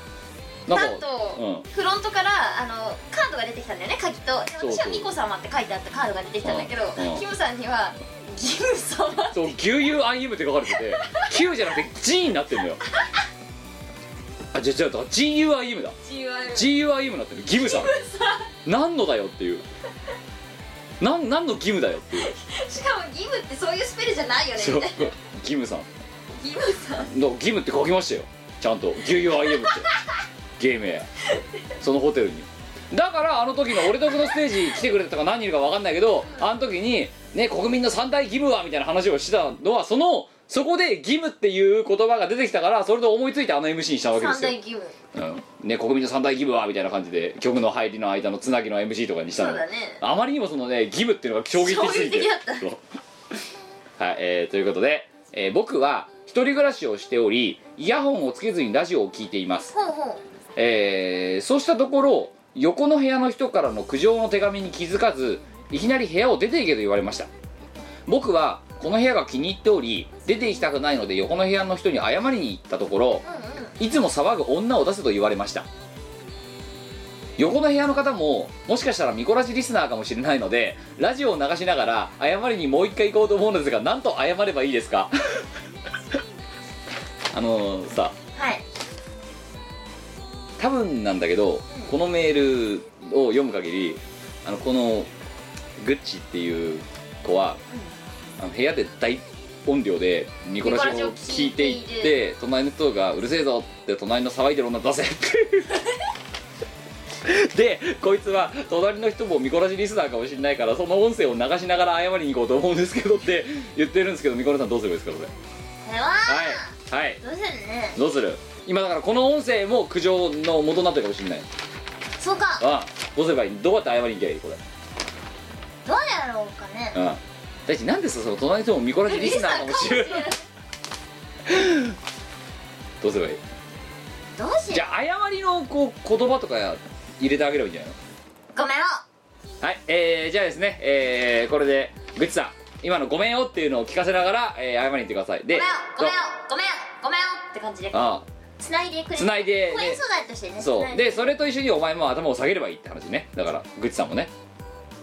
なパッんかうとんフロントからあのカードが出てきたんだよね鍵とでそうそう私は「ミコ様」って書いてあったカードが出てきたんだけどうんキムさんには「ギム様」そう「ぎゅうぎゅうアンイム」って書かれて て「キューじゃなくて「G」になってんだよあじゃあじゃあ GU アンイムだって言われる GU アンイムになってる義務さ何のだよっていうなん何の義務だよっていうしかもギムってそういうスペルじゃないよねそうみたいな義務さんギムさんの義務って書きましたよちゃんと「牛乳 IM」って芸名そのホテルにだからあの時の俺とこのステージ来てくれたとか何人いるか分かんないけどあの時にね国民の三大義務はみたいな話をしてたのはそのそこで義務っていう言葉が出てきたからそれで思いついてあの MC にしたわけで三すよ大ギムうんね、国民の三大義務はみたいな感じで曲の入りの間のつなぎの MC とかにしたのそうだねあまりにもそのね義務っていうのが衝撃的すぎて衝撃だったそうはい、えーということで、えー僕は一人暮らしをしておりイヤホンをつけずにラジオを聞いています、ほうほえーそうしたところ横の部屋の人からの苦情の手紙に気づかずいきなり部屋を出ていけと言われました僕はこの部屋が気に入っており出て行きたくないので横の部屋の人に謝りに行ったところ、ううんうんいつも騒ぐ女を出せと言われました横の部屋の方ももしかしたらミコラジリスナーかもしれないのでラジオを流しながら謝りにもう一回行こうと思うのですがなんと謝ればいいですか あのさはい多分なんだけどこのメールを読む限りあのこのグッチっていう子は、あの部屋で大音量でミコラジを聞いていって隣の人が「うるせえぞ」って隣の騒いでる女出せってでこいつは隣の人もミコラジリスナーかもしれないからその音声を流しながら謝りに行こうと思うんですけどって 言ってるんですけどミコラさんどうすればいいですかここれれははいはいどうするねどうする今だからこの音声も苦情の元になってるかもしれないそうかあどうすればいいどうやって謝りに行けばいいこれどうやろうかねうん大地なんでさその隣の人もミコラジリスナーかもしれないリスナーかもしどうすればいいれないどうしじよゃあ謝りのこう言葉とか入れてあげればいいんじゃないうごめんよのはいえー、じゃあですねえー、これでグッチさん今の「ごめんよ」っていうのを聞かせながら、えー、謝りに行ってくださいごめでんよごめんよごめんよごめんよって感じであつないでくれつないで応ね援素材としてねそ繋ういででそれと一緒にお前も頭を下げればいいって話ねだからグッチさんもね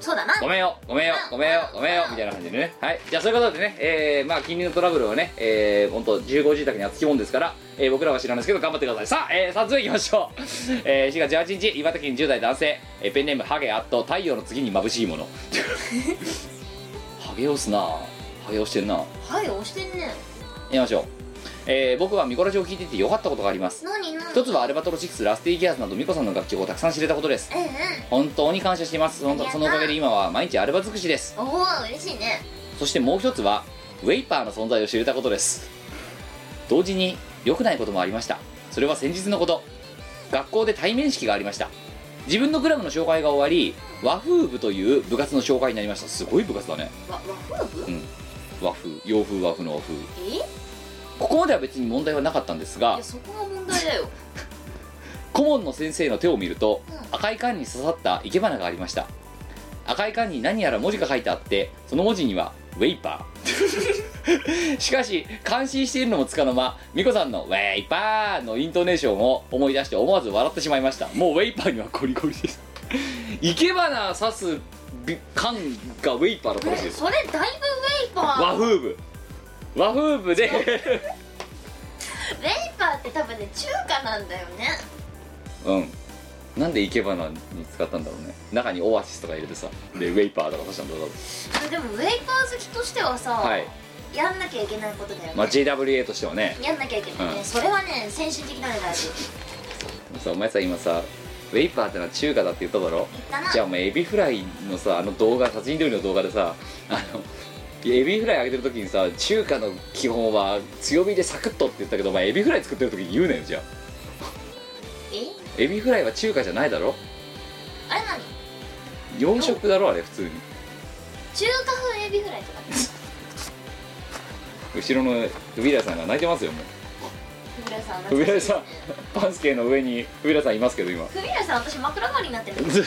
そうだなごめんよごめんよごめんよごめんよみたいな感じでねはいじゃあそういうことでねえー、まあ金利のトラブルはねえー、ほんと集合住宅にはつきもんですから、えー僕らは知らないですけど頑張ってくださいさあ、えー、早速いきましょう、 えー、4月18日岩手県10代男性、えーペンネームハゲアット太陽の次に眩しいものハゲ押すなハゲ押してんな行はい押してんねきましょうえー、僕はミコラジを聞いていて良かったことがあります何何一つはアルバトロシックスラスティギアーズなどミコさんの楽曲をたくさん知れたことですうんうん本当に感謝していますそのそのおかげで今は毎日アルバ尽くしですおお嬉しいねそしてもう一つはウェイパーの存在を知れたことです同時に良くないこともありましたそれは先日のこと学校で対面式がありました自分のクラブの紹介が終わり和風部という部活の紹介になりましたすごい部活だねわ和風部和風洋風和風の和風えいここまでは別に問題はなかったんですがやそこが問題だよ顧問の先生の手を見ると、うん赤い缶に刺さった生け花がありました赤い缶に何やら文字が書いてあってその文字には「ウェイパー」 しかし感心しているのもつかの間美子さんの「ウェイパー」のイントネーションを思い出して思わず笑ってしまいましたもうウェイパーにはコリコリです生け花刺す缶がウェイパーだったらしいですそれだいぶウェイパー和風部和風部でウェイパーって多分ね中華なんだよねうんなんで生け花に使ったんだろうね中にオアシスとか入れてさでウェイパーとか出したんだろうでもウェイパー好きとしてはさ、はい、やんなきゃいけないことだよね、まあ、JWA としてはねやんなきゃいけないね、うんそれはね先進的なの大事さお前さ今さウェイパーってのは中華だって言っただろだなじゃあお前エビフライのさあの動画殺人料理の動画でさあのエビフライ揚げてる時にさ中華の基本は強火でサクッとって言ったけどお前エビフライ作ってる時に言うなよじゃあえエビフライは中華じゃないだろあれ何洋食だろあれ普通に中華風エビフライとか後ろのフビラさんが泣いてますよもうフビラさんフビラ さんんパンスケの上にフビラさんいますけど今フビラさん私枕代わりになってるフ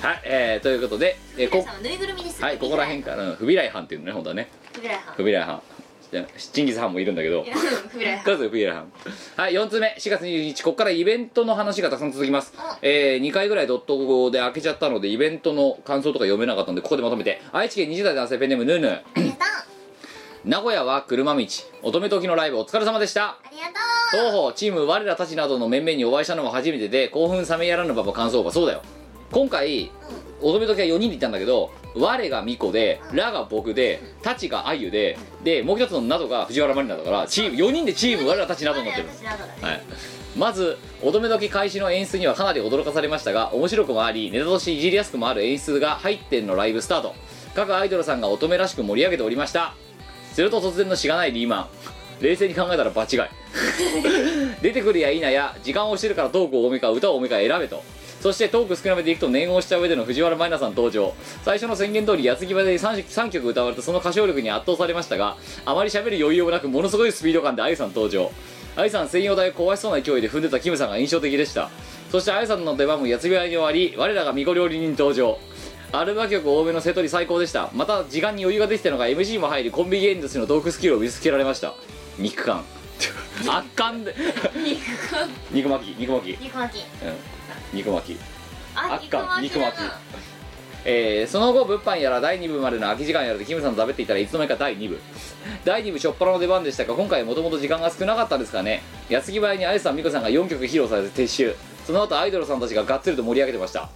はい、えー、ということで、えービラこさんはぬいぐるみですはいここら辺から、うん、フビライハンっていうのね本当はねフビラさんフビライハンじゃあチンギス・ハンもいるんだけどいやうんフビライハン家族フィーラーはい4つ目4月22日ここからイベントの話がたくさん続きますあ、えー、2回ぐらいドット語で開けちゃったのでイベントの感想とか読めなかったのでここでまとめて愛知県20代男性ペンネームヌーヌーありがとう名古屋は車道乙女時のライブお疲れ様でしたありがとう東方チーム我らたちなどの面々にお会いしたのも初めてで興奮冷めやらぬばば感想がそうだよ今回乙女時は4人で行ったんだけど我が巫女で「ら」が僕で「たち」があゆででもう一つの「な」どが藤原まりなだからチーム4人でチーム我らたちなどになってる私などだねはい、まず乙女時開始の演出にはかなり驚かされましたが面白くもありネタとしていじりやすくもある演出が入ってんのライブスタート各アイドルさんが乙女らしく盛り上げておりましたすると突然のしがないリーマン冷静に考えたら場違い出てくるや否や時間をしてるからトーク多めか歌を多めか選べとそしてトーク少なめでいくと念を押した上での藤原舞菜さん登場最初の宣言通り矢継ぎ場で 3, 3曲歌われてその歌唱力に圧倒されましたがあまり喋る余裕もなくものすごいスピード感であゆさん登場あゆさん専用台を壊しそうな勢いで踏んでたキムさんが印象的でしたそしてあゆさんの出番も矢継ぎ場に終わり我らが巫女料理人登場アルバ曲多めのセトリ最高でしたまた時間に余裕ができたのが MC も入りコンビ芸人としてのトークスキルを見つけられました肉感圧巻で肉巻き肉巻き、うん、肉巻き肉巻きあ圧巻肉肉巻巻ききだなえーその後物販やら第2部までの空き時間やらでキムさんと食べていたらいつの間にか第2部第2部初っ端の出番でしたが今回もともと時間が少なかったですかね矢継ぎ早にあゆさん美子さんが4曲披露されて撤収その後アイドルさんたちががっつりと盛り上げてました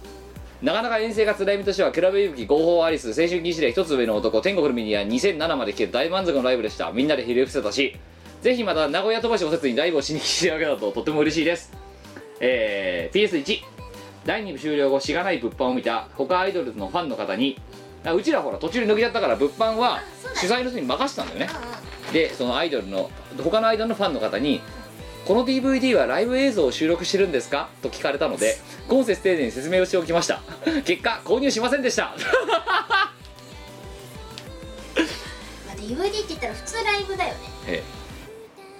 なかなか遠征が辛い身としてはクラブイブキ合法アリス青春禁止令一つ上の男天国のミニア2007まで来て大満足のライブでしたみんなでひれ伏せたしぜひまた名古屋飛ばしおせつにライブをしに来てるわけだととても嬉しいですえー、PS1 第2部終了後しがない物販を見た他アイドルのファンの方にあうちらほら途中で抜けちゃったから物販は主催の人に任せたんだよねでそのアイドルの他のアイドルのファンの方に「この DVD はライブ映像を収録してるんですか?」と聞かれたので今節丁寧に説明をしておきました 結果購入しませんでした まあ DVD って言ったら普通ライブだよねええ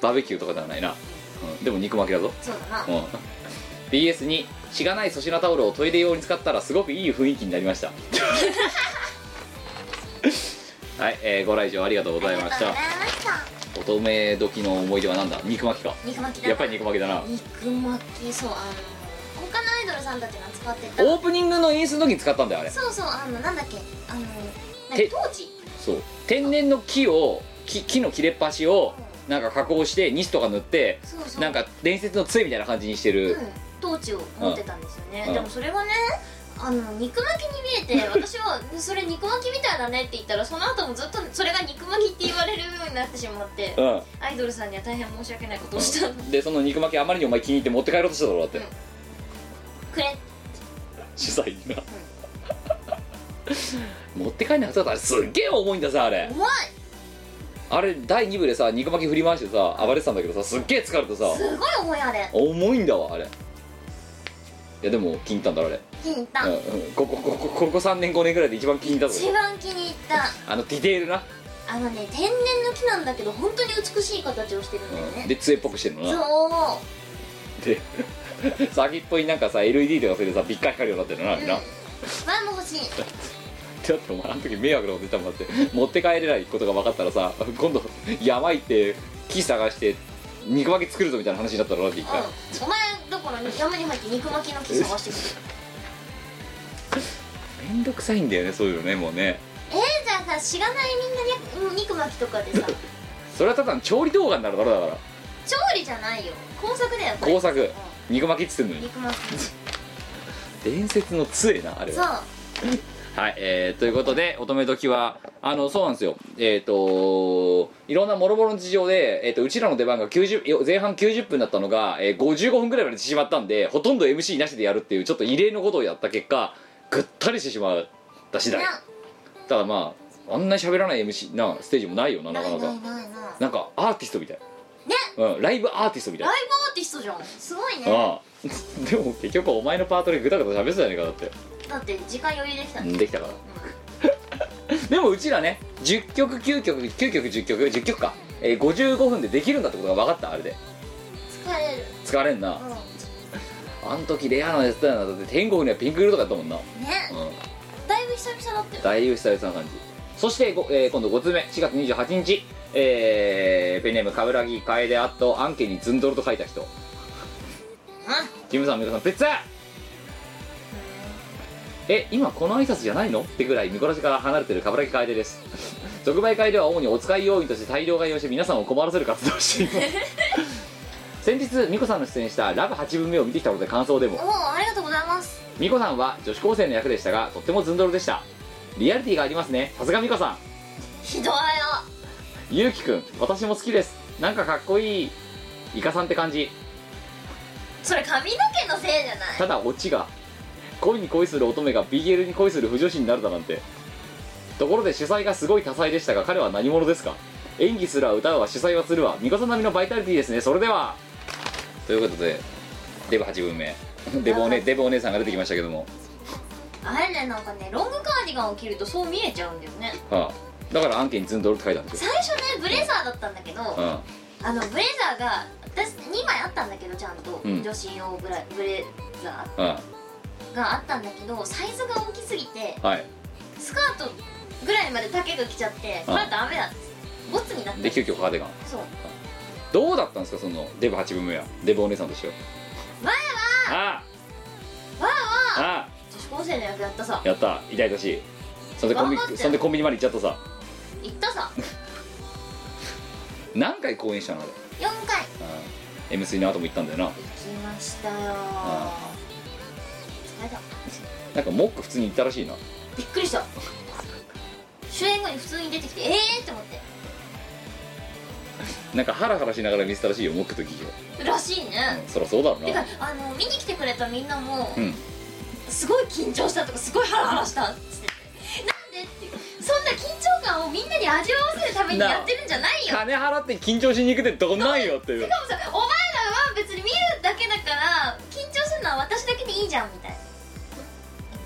バーベキューとかではないな、うん、でも肉巻きだぞそうだなうん BS にしがない粗品タオルをトイレ用に使ったらすごくいい雰囲気になりました はい、えーご来場ありがとうございましあたりがとうございました乙女時の思い出はなんだ肉巻きか肉巻きだなやっぱり肉巻きだな肉巻きそうあの他のアイドルさんたちが使ってたオープニングの演出の時に使ったんだよあれそうそうあのなんだっけあのて何トーチそう天然の木を木木の切れっ端をなんか加工してニスとか塗ってそうそうなんか伝説の杖みたいな感じにしてる、うんトーチを持ってたんですよね、うんでもそれがねあの肉巻き に見えて私は「それ肉巻きみたいだね」って言ったらその後もずっとそれが肉巻きって言われるようになってしまってうんアイドルさんには大変申し訳ないことをしたの、でその肉巻きあまりにお前気に入って持って帰ろうとしただろだって、うんくれ主催にな持って帰んなかったらあれすっげえ重いんださあれ重いあれ第2部でさ肉巻き振り回してさ暴れてたんだけどさすっげえ疲れてさすごい重いあれ重いんだわあれいやでも気に入ったんだろあれ、気に入った、うんうん、ここここここ3年5年ぐらいで一番気に入ったぞ一番気に入ったあのディテールな、あのね天然の木なんだけど本当に美しい形をしてるんだようん、ね、で杖っぽくしてるのなそうで 先っぽになんかさ LED とかそれでさびっかり光るようになってるのなあれな、前も欲しいちょっとお前あの時迷惑なこと言ったもんだって 持って帰れないことが分かったらさ今度山行って木探して肉巻き作るぞみたいな話になったろだって一回うんお前だから山に入って肉巻きの木探して くるめんどくさいんだよねそういうのねもうねえー、じゃあさしがないみんなに肉巻きと かでさそれはただの調理動画になるだろだから調理じゃないよ工作だよこれ工作肉巻きっつってんのに肉巻き伝説の杖なあれそうははいえー、ということで乙女時はあのそうなんですよえっ、といろんなもろもろの事情で、えー、とうちらの出番が90前半90分だったのが、えー55分ぐらいまでしてしまったんでほとんど MC なしでやるっていうちょっと異例のことをやった結果ぐったりしてしまった次第なただまああんなに喋らない MC なステージもないよなななかないなかいないないライブなんかアーティストみたいねうん、ライブアーティストみたいアーティストじゃんすごいねあ あでも結局お前のパートでグダグダ喋ってたじゃねえかだってだって時間余裕できたうねんできたからでもうちらね10曲9曲9曲10曲10曲か、えー55分でできるんだってことが分かったあれで疲れる疲れんなうんあん時レアなやつだよなだって天国にはピンク色とかだったもんな、うん、ねだいぶ久々だったよだいぶ久々な感じそしてご、えー今度5つ目4月28日、えー、ペンネーム冠城楓あとアンケにズンドルと書いた人ジムさん皆さん別え今この挨拶じゃないのってぐらい見殺しから離れてる冠城楓です 即売会では主にお使い要員として大量買いをして皆さんを困らせる活動をしています先日美子さんの出演した「ラブ8分目」を見てきたので感想でもおおありがとうございます美子さんは女子高生の役でしたがとってもズンドルでしたリアリティがありますねさすが美子さんひどいよゆうきくん私も好きですなんかかっこいいイカさんって感じそれ髪の毛のせいじゃないただオチが恋に恋する乙女が BL に恋する不女子になるだなんてところで主催がすごい多彩でしたが彼は何者ですか演技するわ歌うわ主催はするわ巫女さん並みのバイタリティですねそれではということでデブ8分目 デブお,、ね、デブお姉さんが出てきましたけども、あれねなんかねロングカーディガンを着るとそう見えちゃうんだよねはあ、だからアンケにズンドルって書いたんですよ、最初ねブレザーだったんだけど、うん、あのブレザーが私2枚あったんだけどちゃんと、うん女子用ブラブレザうんーがあったんだけどサイズが大きすぎてはいスカートぐらいまで丈が来ちゃってこれはダメだっつってボツになったで急遽カーディガンそうどうだったんですかそのデブ8分目はデブお姉さんとしては前あわああわああ女子高生の役やったさあやった痛々しいそんでコンビ頑張ってそんでコンビニまで行っちゃったさ行ったさ何回公演したのあれ4回うん M3 の後も行ったんだよな行きましたよあ疲れたなんかモック普通に行ったらしいなびっくりした主演後に普通に出てきてええー、って思っなんかハラハラしながら見せたらしいよモックとギギをてらしいね、そりゃそうだろうてかなあの見に来てくれたみんなも、うんすごい緊張したとかすごいハラハラしたっつっててなんでっていうそんな緊張感をみんなに味わわせるためになあやってるんじゃないよ金払って緊張しに行くってどんなんよっていうしかもさお前らは別に見るだけだから緊張するのは私だけでいいじゃんみたいな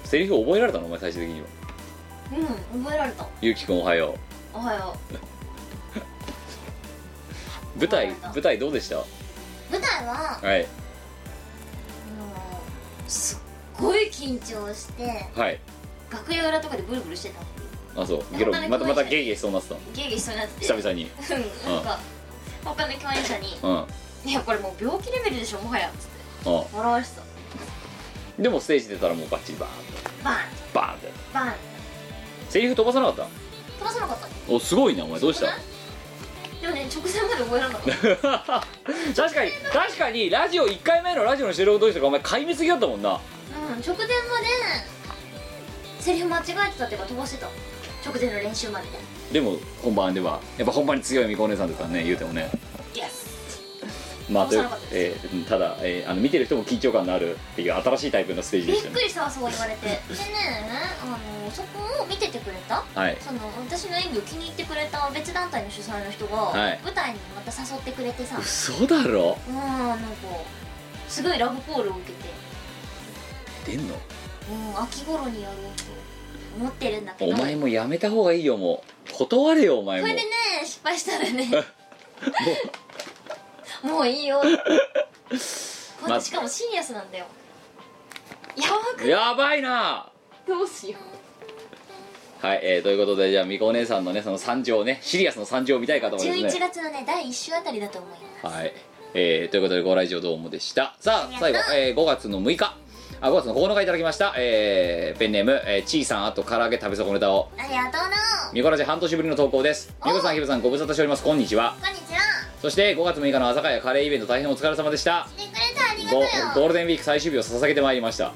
セリフ覚えられたのお前最終的にはうん覚えられた「ゆうきくんおはよおはよう」舞台覚えた舞台どうでしたう舞台ははいもうすっごい緊張してはい楽屋裏とかでブルブルしてたあそうゲロ本当にまたま怖たいしゲイゲイしそうになってたのゲーゲーしそうになってて久々にうんなんか他の共演者にうんあ「いやこれもう病気レベルでしょもはや」っつって笑われてたでもステージ出たらもうバッチリバーンとバーンバーンってバーンセリフ飛ばさなかっ飛ばさなかったたおすごいなお前どうしたでもね直前まで覚えられなかった確かに確かにラジオ1回目のラジオの収録どうしたかお前壊滅ぎだったもんなうん直前までセリフ間違えてたっていうか飛ばしてた直前の練習までででも本番ではやっぱ本番に強いみこお姉さんですからね言うてもねイエスまあとい面う白かった、えでーただ、えーあの見てる人も緊張感のあるっていう新しいタイプのステージびでっしたくねりしたわそう言われてでねあのそこを見ててくれたはいその私の演技を気に入ってくれた別団体の主催の人が、はい舞台にまた誘ってくれてさ嘘だろうんなんかすごいラブコールを受けて出んのうん秋頃にやろうと思ってるんだけどお前もやめた方がいいよもう断れよお前こもれでね失敗した らね もういいよこまれしかもシリアスなんだよやばくやばいなどうしよはい、えーということでじゃあみこお姉さんのねその惨状をねシリアスの惨状を見たい方うはですね11月のね第1週あたりだと思いますはい、えーということでご来場どうもでしたさああ最り後が、えー5月の6日あ5月の9日いただきました、えーペンネーム、えー、ちいさんあと唐揚げ食べ損ネタをありがとうなみこらじ半年ぶりの投稿ですみこさんひぶさんご無沙汰しておりますこんにちはこんにちはそして5月6日の朝霞やカレーイベント大変お疲れ様でした来てくれてありがとうゴよゴールデンウィーク最終日を捧げてまいりました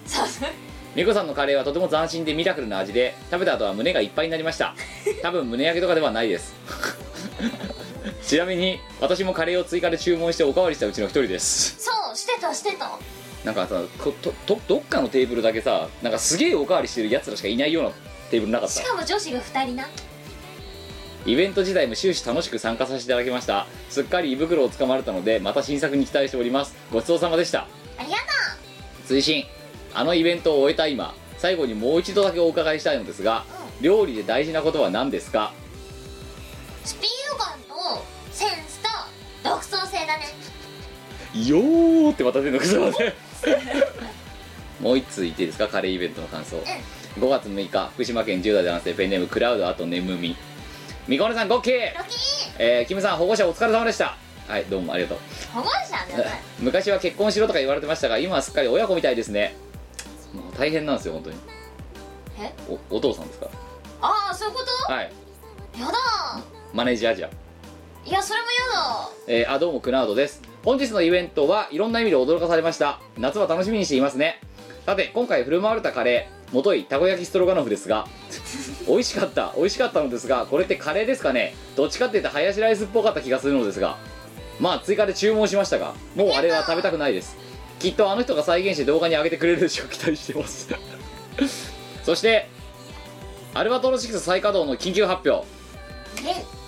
みこさんのカレーはとても斬新でミラクルな味で食べた後は胸がいっぱいになりました多分胸焼けとかではないです ちなみに私もカレーを追加で注文しておかわりしたうちの一人ですそうしてたしてたなんかさこととどっかのテーブルだけさなんかすげえおかわりしてるやつらしかいないようなテーブルなかっしたかも女子が2人なイベント自体も終始楽しく参加させていただきましたすっかり胃袋をつかまれたのでまた新作に期待しておりますごちそうさまでしたありがと追伸あのイベントを終えた今最後にもう一度だけお伺いしたいのですが料理で大事なことは何ですかうスピード感とセンスと独創性だねよーってまた出てくるそうで もう一通言っていいですかカレーイベントの感想、5月6日福島県10代男性ペンネームクラウドあと眠みみこねさんごっきロキーえーキムさん保護者お疲れ様でしたはいどうもありがとう 保護者じゃない昔は結婚しろとか言われてましたが今はすっかり親子みたいですねもう大変なんですよ本当にえおお父さんですかああそういうことはいやだマネージャーじゃいやそれもやだえーあどうもクナウドです本日のイベントはいろんな意味で驚かされました夏は楽しみにしていますねさて今回振る舞われたカレーもといたこ焼きストロガノフですが 美味しかった美味しかったのですがこれってカレーですかねどっちかって言ったらハヤシライスっぽかった気がするのですがまあ追加で注文しましたがもうあれは食べたくないですきっとあの人が再現して動画に上げてくれるでしょう期待してます そしてアルバトロ6再稼働の緊急発表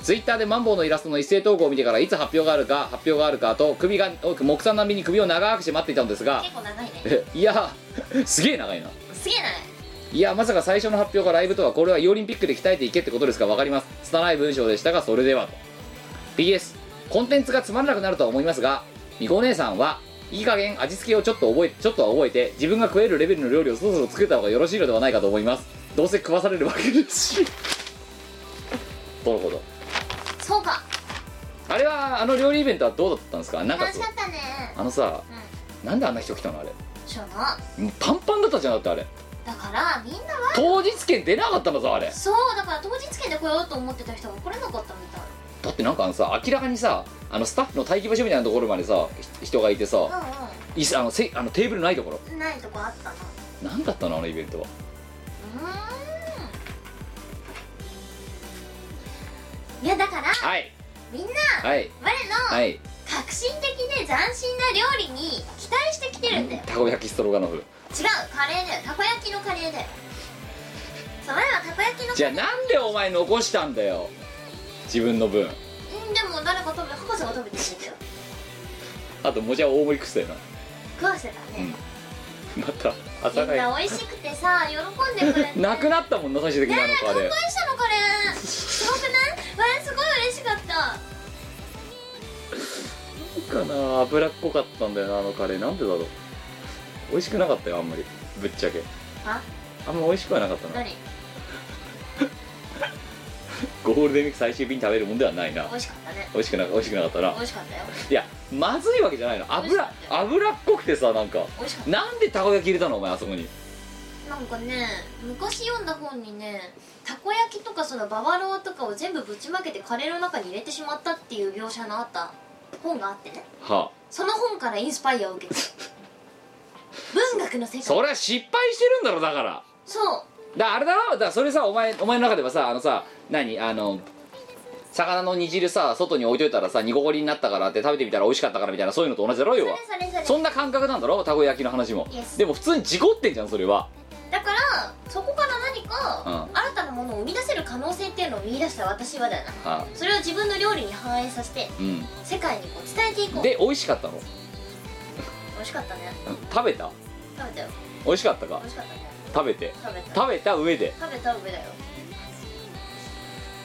ツイッターでマンボウのイラストの一斉投稿を見てからいつ発表があるか発表があるかと首が木さん並みに首を長くして待っていたんです が結構長いねえいやすげえ長いなすげえないいやまさか最初の発表がライブとはこれはイオリンピックで鍛えていけってことですか分かります拙い文章でしたがそれではと PS コンテンツがつまらなくなるとは思いますがみこお姉さんはいい加減味付けをちょっと覚えちょっとは覚えて自分が食えるレベルの料理をそろそろ作った方がよろしいのではないかと思いますどうせ食わされるわけですし とのことそうかあれはあの料理イベントはどうだったんですかなんか楽しそうかったねあのさ、なんであんな人来たのあれしょうがもうパンパンだったじゃんだってあれだからみんなは当日券出なかったのさあれそうだから当日券で来ようと思ってた人が来れなかったみたいだってなんかあのさ明らかにさあのスタッフの待機場所みたいなところまでさひ人がいてさう椅子あのせあのテーブルないところんうんないとこあったな何だったのあのイベントはいやだからはいみんなはい我のはい革新的で斬新な料理に期待してきてるんだよたこ焼きストロガノフ違うカレーだよたこ焼きのカレーだよそう我はたこ焼きのカじゃレあーなんでお前残したんだよ自分の分うんでも誰か食べ博士が食べてるんだよあともじゃ大盛り食ってたよな食わせたね、また朝みんなが美味しくてさ喜んで くれてなくなったもんな最終的にあのカレー完売したのカレーすごくないわあすごい嬉しかったかな脂っこかったんだよなあのカレーなんでだろう美味しくなかったよあんまりぶっちゃけああんま美味しくはなかったな何ゴールデンウィーク最終日に食べるもんではないな美味しかったね美味しくな美味しくなかったな美味しかったよいやまずいわけじゃないの美味し油かった油っこくてさなんか美味しかっなんでたこ焼き入れたのお前あそこにたなんかね昔読んだ本にねたこ焼きとかそのババロアとかを全部ぶちまけてカレーの中に入れてしまったっていう描写のあった本があってねはあその本からインスパイアを受けて文学の世界そそうりゃ失敗してるんだろだからだからあれだろだからそれさお前お前の中ではさあのさ何あの魚の煮汁さ外に置いといたらさ煮こごりになったからって食べてみたら美味しかったからみたいなそういうのと同じだろ要はそれそれそそれんな感覚なんだろたこ焼きの話も Yes でも普通に事故ってんじゃんそれはだからそこから何か、う新たなものを生み出せる可能性っていうのを見出した私はだよなあそれを自分の料理に反映させてうん世界にこう伝えていこうで美味しかったの美味しかったね食べた食べたよ美味しかったか美味しかったね食べて食べた食べた上で食べた上だよ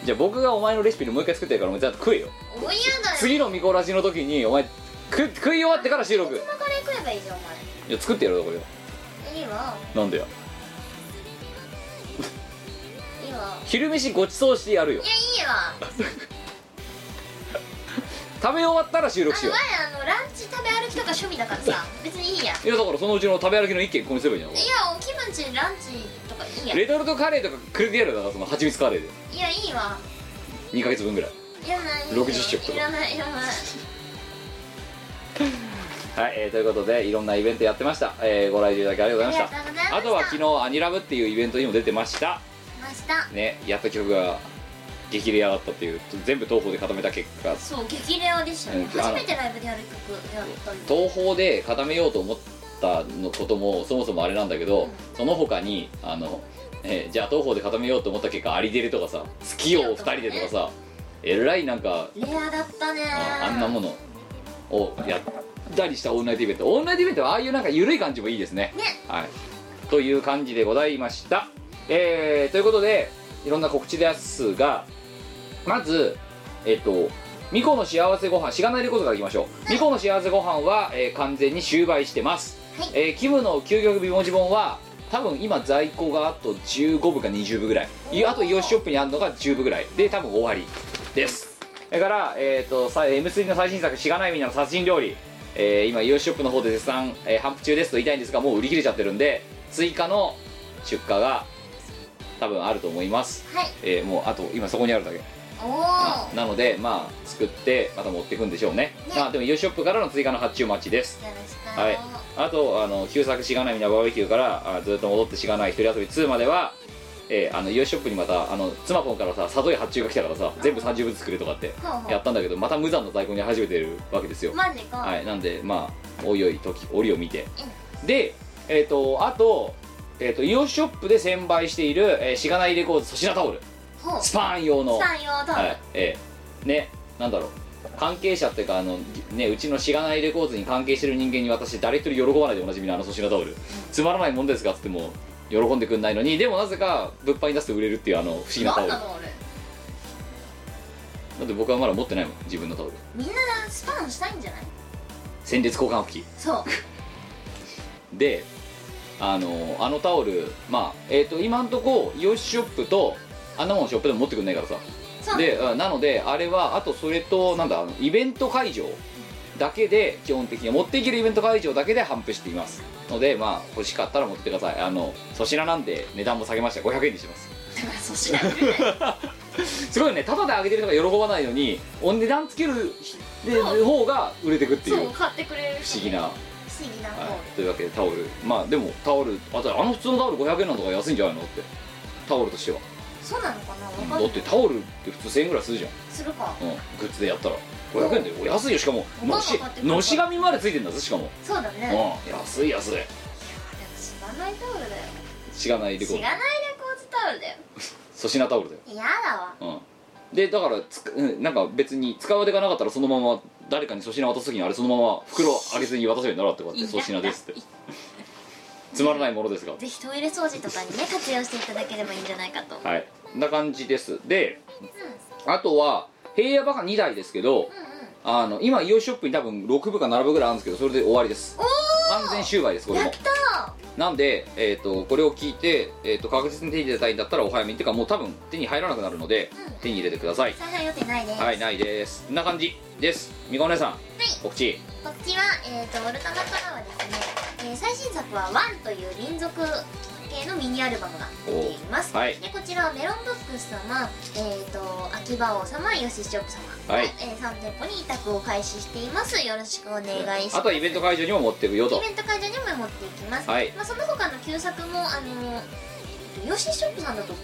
じゃあ僕がお前のレシピでもう一回作ってるからお前ちゃんと食えよおいやだよ次のミコラジの時にお前食食い終わってから収録このカレー食えばいいじゃんおいや作ってやろうよこれよ前いいわなんだよいいわ昼飯ごちそうしてやるよいやいいわ食べ終わったら収録あしのよう前あのランチ食べ歩きとか趣味だから さ別にいいやいやいやだからそのうちの食べ歩きの一件ここにすればいいじゃん俺お気分ちランチとかいいやいレトルトカレーとかくれてやるよだからその蜂蜜カレーでやいいわ2ヶ月分ぐらいいらない60食とかいらないいらないはい、えーということでいろんなイベントやってました、えーご来場いただきありがとうございましたありがとうございましたあとは昨日「アニラブ」っていうイベントにも出てました明日ねやっと曲が激レアだったっていう全部東宝で固めた結果そう激レアでしたねうんあ初のめてライブでやる曲やったんで東宝で固めようと思ったのこともそもそもあれなんだけど、その他にあの、えーじゃあ東宝で固めようと思った結果アリデルとかさ月を2人でとかさえらいなんかレアだったねああんなものをやったりしたオンライトイベントオンライトイベントはああいうなんか緩い感じもいいですねねはい、という感じでございました、えーということでいろんな告知ですがまずえっ、とミコの幸せご飯しがないレコードからいきましょうミコの幸せご飯は、えー完全に終売してます、はいえーキムの究極美文字本は多分今在庫があと15部か20部ぐらいいあとイオシショップにあるのが10部ぐらいで多分終わりですそれから、えー、とさ M3 の最新作「しがないみんなの殺人料理」えー今イオシショップの方で絶賛、えー販布中ですと言いたいんですがもう売り切れちゃってるんで追加の出荷が多分あると思います、はいえーもうあと今そこにあるだけおあおなのでまあ作ってまた持っていくんでしょうねねまあでもイオシショップからの追加の発注待ちですよろしくはいあとあの旧作「しがないみんなバーベキュー」からあずっと戻って「しがない一人遊び2」まではえーあのイオシショップにまたあの妻ポンからさ里へ発注が来たからさ全部30分作れとかってほうほうやったんだけどまた無残な在庫に始めてるわけですよマジか、はいなんでまあおいおい時折を見てでえっ、とあとえっ、とイオシショップで専売している、えーしがないレコーズ粗品タオルほうスパーン用の三用タオはルいええねなんだろう関係者っていうかあのねうちのしがないレコーズに関係してる人間に私誰一人喜ばないでおなじみのあの粗品タオルつまらないもんですかっつっても喜んでくんないのにでもなぜか物販に出すと売れるっていうあの不思議なタオなルんだだろう俺って僕はまだ持ってないもん自分のタオルみんなスパンしたいんじゃない戦列交換拭きそうであのあのタオルまあえっ、と今んとこイオシショップとあんなもんショップでも持ってくんないからさそうであなのであれはあとそれとなんだあのイベント会場だけで基本的に持っていけるイベント会場だけで販布していますのでまあ欲しかったら持ってってくださいあの粗品なんで値段も下げました500円にしてますだから粗品いるすごいねただであげてる人が喜ばないのにお値段つけるひで方が売れてくっていうそう買ってくれる不思議な、は不思議な方い、というわけでタオルまあでもタオルあとあの普通のタオル500円なんとか安いんじゃないのってタオルとしてはそうなのかなわかんだなっいてタオルって普通1000円ぐらいするじゃんするかうん、グッズでやったら500円でお安いよしかもお母のさんし買ってくれたのし紙までついてんだぜしかも、そうだねうん、安い安い知らないタオルだよしがないレコー知ドらないレコーズタオルだよ粗品タオルだよ、嫌だわうん、でだからつくうんなんか別に使う手がなかったらそのまま誰かに粗品渡す時にあれそのまま袋あげずに渡せるようにならってこうやって粗品ですってつまらないものですがぜひトイレ掃除とかにね活用していただければいいんじゃないかとはいこんな感じですであとは平野バカ2台ですけどあの今イオシショップに多分6部か7部ぐらいあるんですけどそれで終わりです完全終売ですこれやもったなんで、えー、とこれを聞いて、えー、と確実に手に入れたいんだったらお早めにっていうかもう多分手に入らなくなるので、うん手に入れてくださいー再販予定ないです、はいないですこんな感じですみかお姉さん告知こっちは、えー、とウルトラからはですね、えー最新作は「ワンという民族系のミニアルバムが出ています、おはいでこちらはメロンブックス様、えー、と秋葉王様ヨシショップ様、はいえー、3店舗に委託を開始していますよろしくお願いしますあとはイベント会場にも持っていくよとイベント会場にも持っていきます、はいまあ、その他の旧作もあのヨシショップさんだと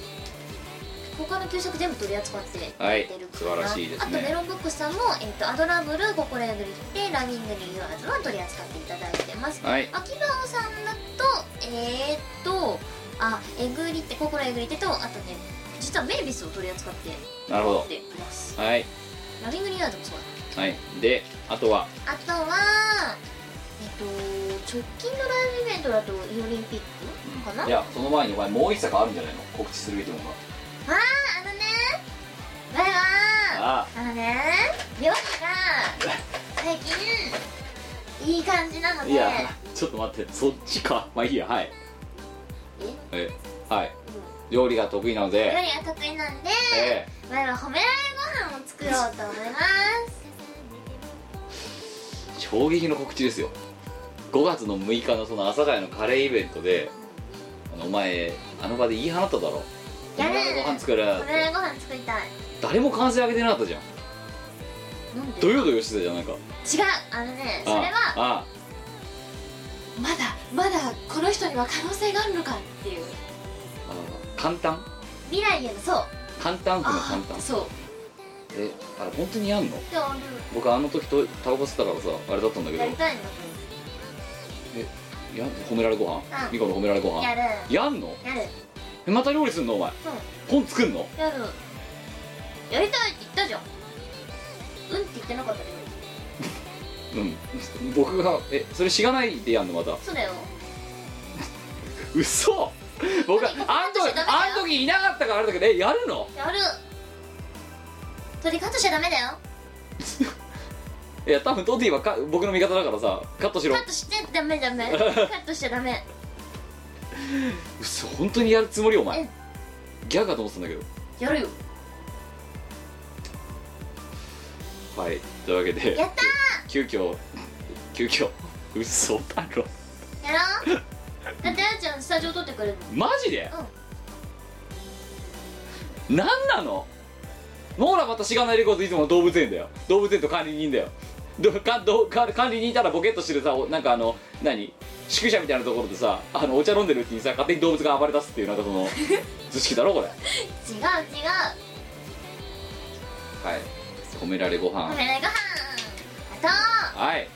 他の旧作全部取り扱ってくれてるから、はい素晴らしいですねあとメロンブックスさんも、えっとアドラブルココレブリってラミングリーユアーズは取り扱っていただいてます、はい秋葉王さんだとえー、っとあえぐりってココレえぐりってとあとね実はメイビスを取り扱ってなるほどでいますはいラミングリーユアーズもそうだはいであとはあとはえっと直近のライブイベントだとイオリンピックかな、いやその前にお前もう一作あるんじゃないの告知するべきものあのねわいわがあああのね料理が最近いい感じなのあでいや ちょっと待ってそっちかまあいいやはいえはい料理が得意なの料で理が得意なんで、えわいは褒められご飯を作ろうと思いますー衝撃の告知ですよ5月の6日のその朝会のカレーイベントであのお前あの場で言い放っただろやる俺がご飯作る褒められご飯作りたい誰も完成上げてなかったじゃんなんでど違うよどよしてたじゃんなんかあのねあそれはあまだまだこの人には可能性があるのかっていうあ簡単未来へのそう簡単譜の簡単そうえあれ本当にやんので俺僕あの時とタバコ吸ったからさあれだったんだけどやりたいのやん褒められご飯うんミコの褒められご飯やるやんのやるえまた料理すんのお前そう本作んのやるやりたいって言ったじゃんうんって言ってなかったけどうん僕がえそれしがないでやんのまたそうだよ嘘僕あん時ダメだよあん時いなかったからあれだけどえやるのやる取りカットしちゃダメだよいや多分トディはか僕の味方だからさカットしろカットしてダメダ メカットしちゃダメ嘘本当にやるつもりお前うんギャグかと思ってたんだけどやるよはいというわけでやった急遽急遽嘘だろーやろうだってあやちゃんスタジオ撮ってくれるのマジで、なん、なのもうらまたしがないレコードいつも動物園だよ動物園と管理人だよどかどか管理人いたらボケっとしてるさおなんかあの何宿舎みたいなところでさあのお茶飲んでるうちにさ勝手に動物が暴れ出すっていうなんかその図式だろこれは違う違うい褒められご飯カメラご飯あはいと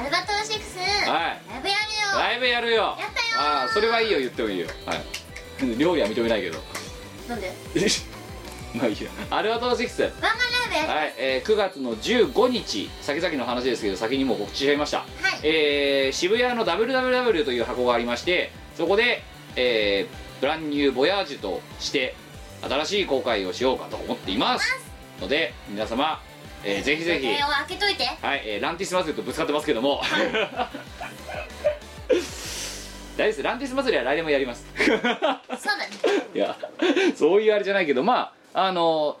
アルバトロシックスラはいイブやるよライブやるよっやたよああそれはいいよ言ってもいいよはい料理は認めないけど なんでまあいいやアルバトロ6ワンマンライブやるはい、えー9月の15日先々の話ですけど先にもう告知しちゃいました、はいえー渋谷の WWW という箱がありましてそこで、えーブランニューボヤージュとして新しい公開をしようかと思っていますので皆様、えーぜひぜひ、予定を開けといてはい、えーランティス祭りとぶつかってますけども、大丈夫ですランティス祭りは来年もやりますそうだねいやそういうあれじゃないけどまああの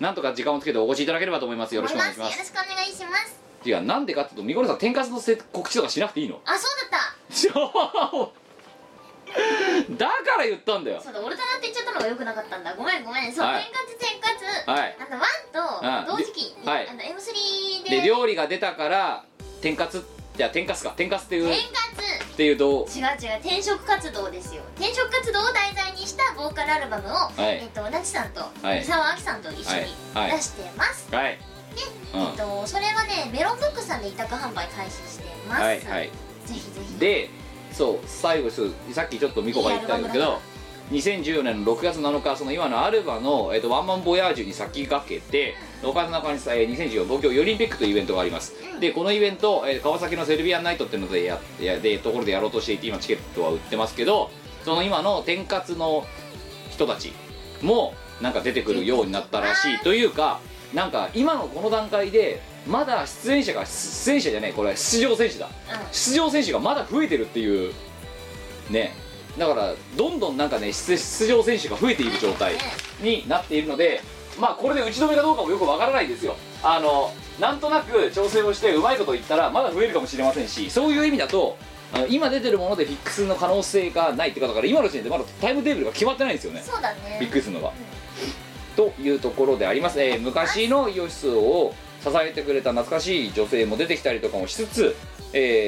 なんとか時間をつけてお越しいただければと思いますよろしくお願いしまよすろしくお願いしますいやなんでかっていうとみこねさん天かすのせ告知とかしなくていいのあそうだっ だから言ったんだよそ、うだ俺だなって言っちゃったのが良くなかったんだごめんごめんそう、はい天かつ天かつ、はいあのワンうとん同時期に、ではいあの M3 でで料理が出たから天かつじゃあ天かすか天かすっていう天っかつていうと違う違う転職活動ですよ転職活動を題材にしたボーカルアルバムを、いえっとなちさんとはい三沢あきさんと一緒にはいはい出してます、はい、うんえっとそれはねメロンブックさんで委託販売開始してます、はいはいぜひぜひでそう最後そうさっきちょっとミコが言ったんだけいいアルど2014年の6月7日その今のアルバの、えっとワンマンボヤージュに先駆けて6月7日にさえー2014東京オリンピックというイベントがあります、でこのイベント、えー川崎のセルビアンナイトっていうのでややでところでやろうとしていて今チケットは売ってますけどその今の天活の人たちもなんか出てくるようになったらしいというかなんか今のこの段階でまだ出演者が出演者じゃないこれは出場選手だ出場選手がまだ増えてるっていうねだからどんどんなんかね出出場選手が増えている状態になっているのでまあこれで打ち止めかどうかもよくわからないですよあのなんとなく調整をしてうまいこと言ったらまだ増えるかもしれませんしそういう意味だとあの今出てるものでフィックスの可能性がないってことだから今の時点でまだタイムテーブルが決まってないんですよねそうだびっねくりするのが。というところであります、えー昔のイオシスを支えてくれた懐かしい女性も出てきたりとかもしつつ、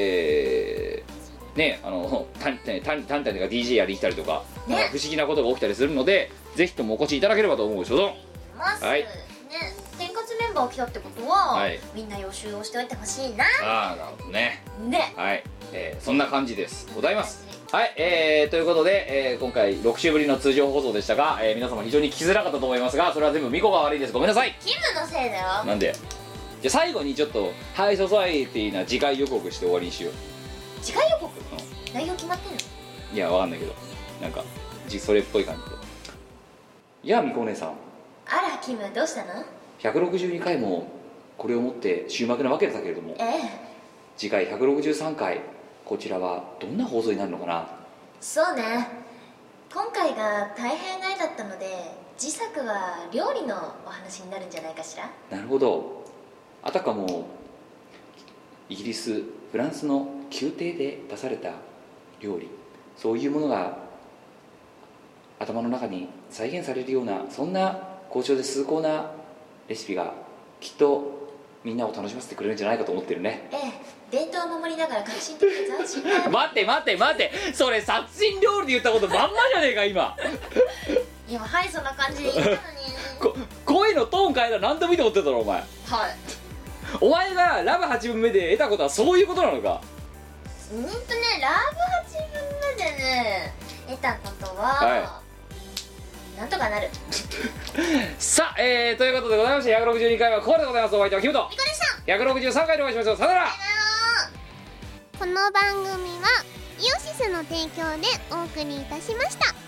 えーねあのタンタンタンタンタンが DJ やりに来たりとか、なんか不思議なことが起きたりするのでぜひともお越しいただければと思う所存ます、はいね天かつメンバー来たってことは、はいみんな予習をしておいてほしいなああなるほどねねはい、えーそんな感じですございますはい、えーということで、えー今回6週ぶりの通常放送でしたが、えー皆様非常に聞きづらかったと思いますがそれは全部ミコが悪いですごめんなさいキムのせいだよなんでじゃあ最後にちょっとハイソサイエティな次回予告して終わりにしよ次回予告内容決まってんのういやわかんないけどなんかじそれっぽい感じでいやみこお姉さんあらキムどうしたの162回もこれをもって終幕なわけだけれどもええ次回163回こちらはどんな放送になるのかなそうね今回が大変愛だったので次作は料理のお話になるんじゃないかしらなるほどあたかもイギリスフランスの宮廷で出された料理そういうものが頭の中に再現されるようなそんな好調で崇高なレシピがきっとみんなを楽しませてくれるんじゃないかと思ってるねええ伝統を守りながら革新的な斬新な待って待って待ってそれ殺人料理で言ったことまんまじゃねえか今 今はいそんな感じで言ったのにこ声のトーン変えたら何でもいいと思ってたろお前はいお前がラブ8分目で得たことはそういうことなのかうんとねラブ八分目でね得たことは、はなんとかなるさあ、えー、ということでございまして162回はここでございますお相手はキムト163回でお会いしましょうさよならこの番組はイオシスの提供でお送りいたしました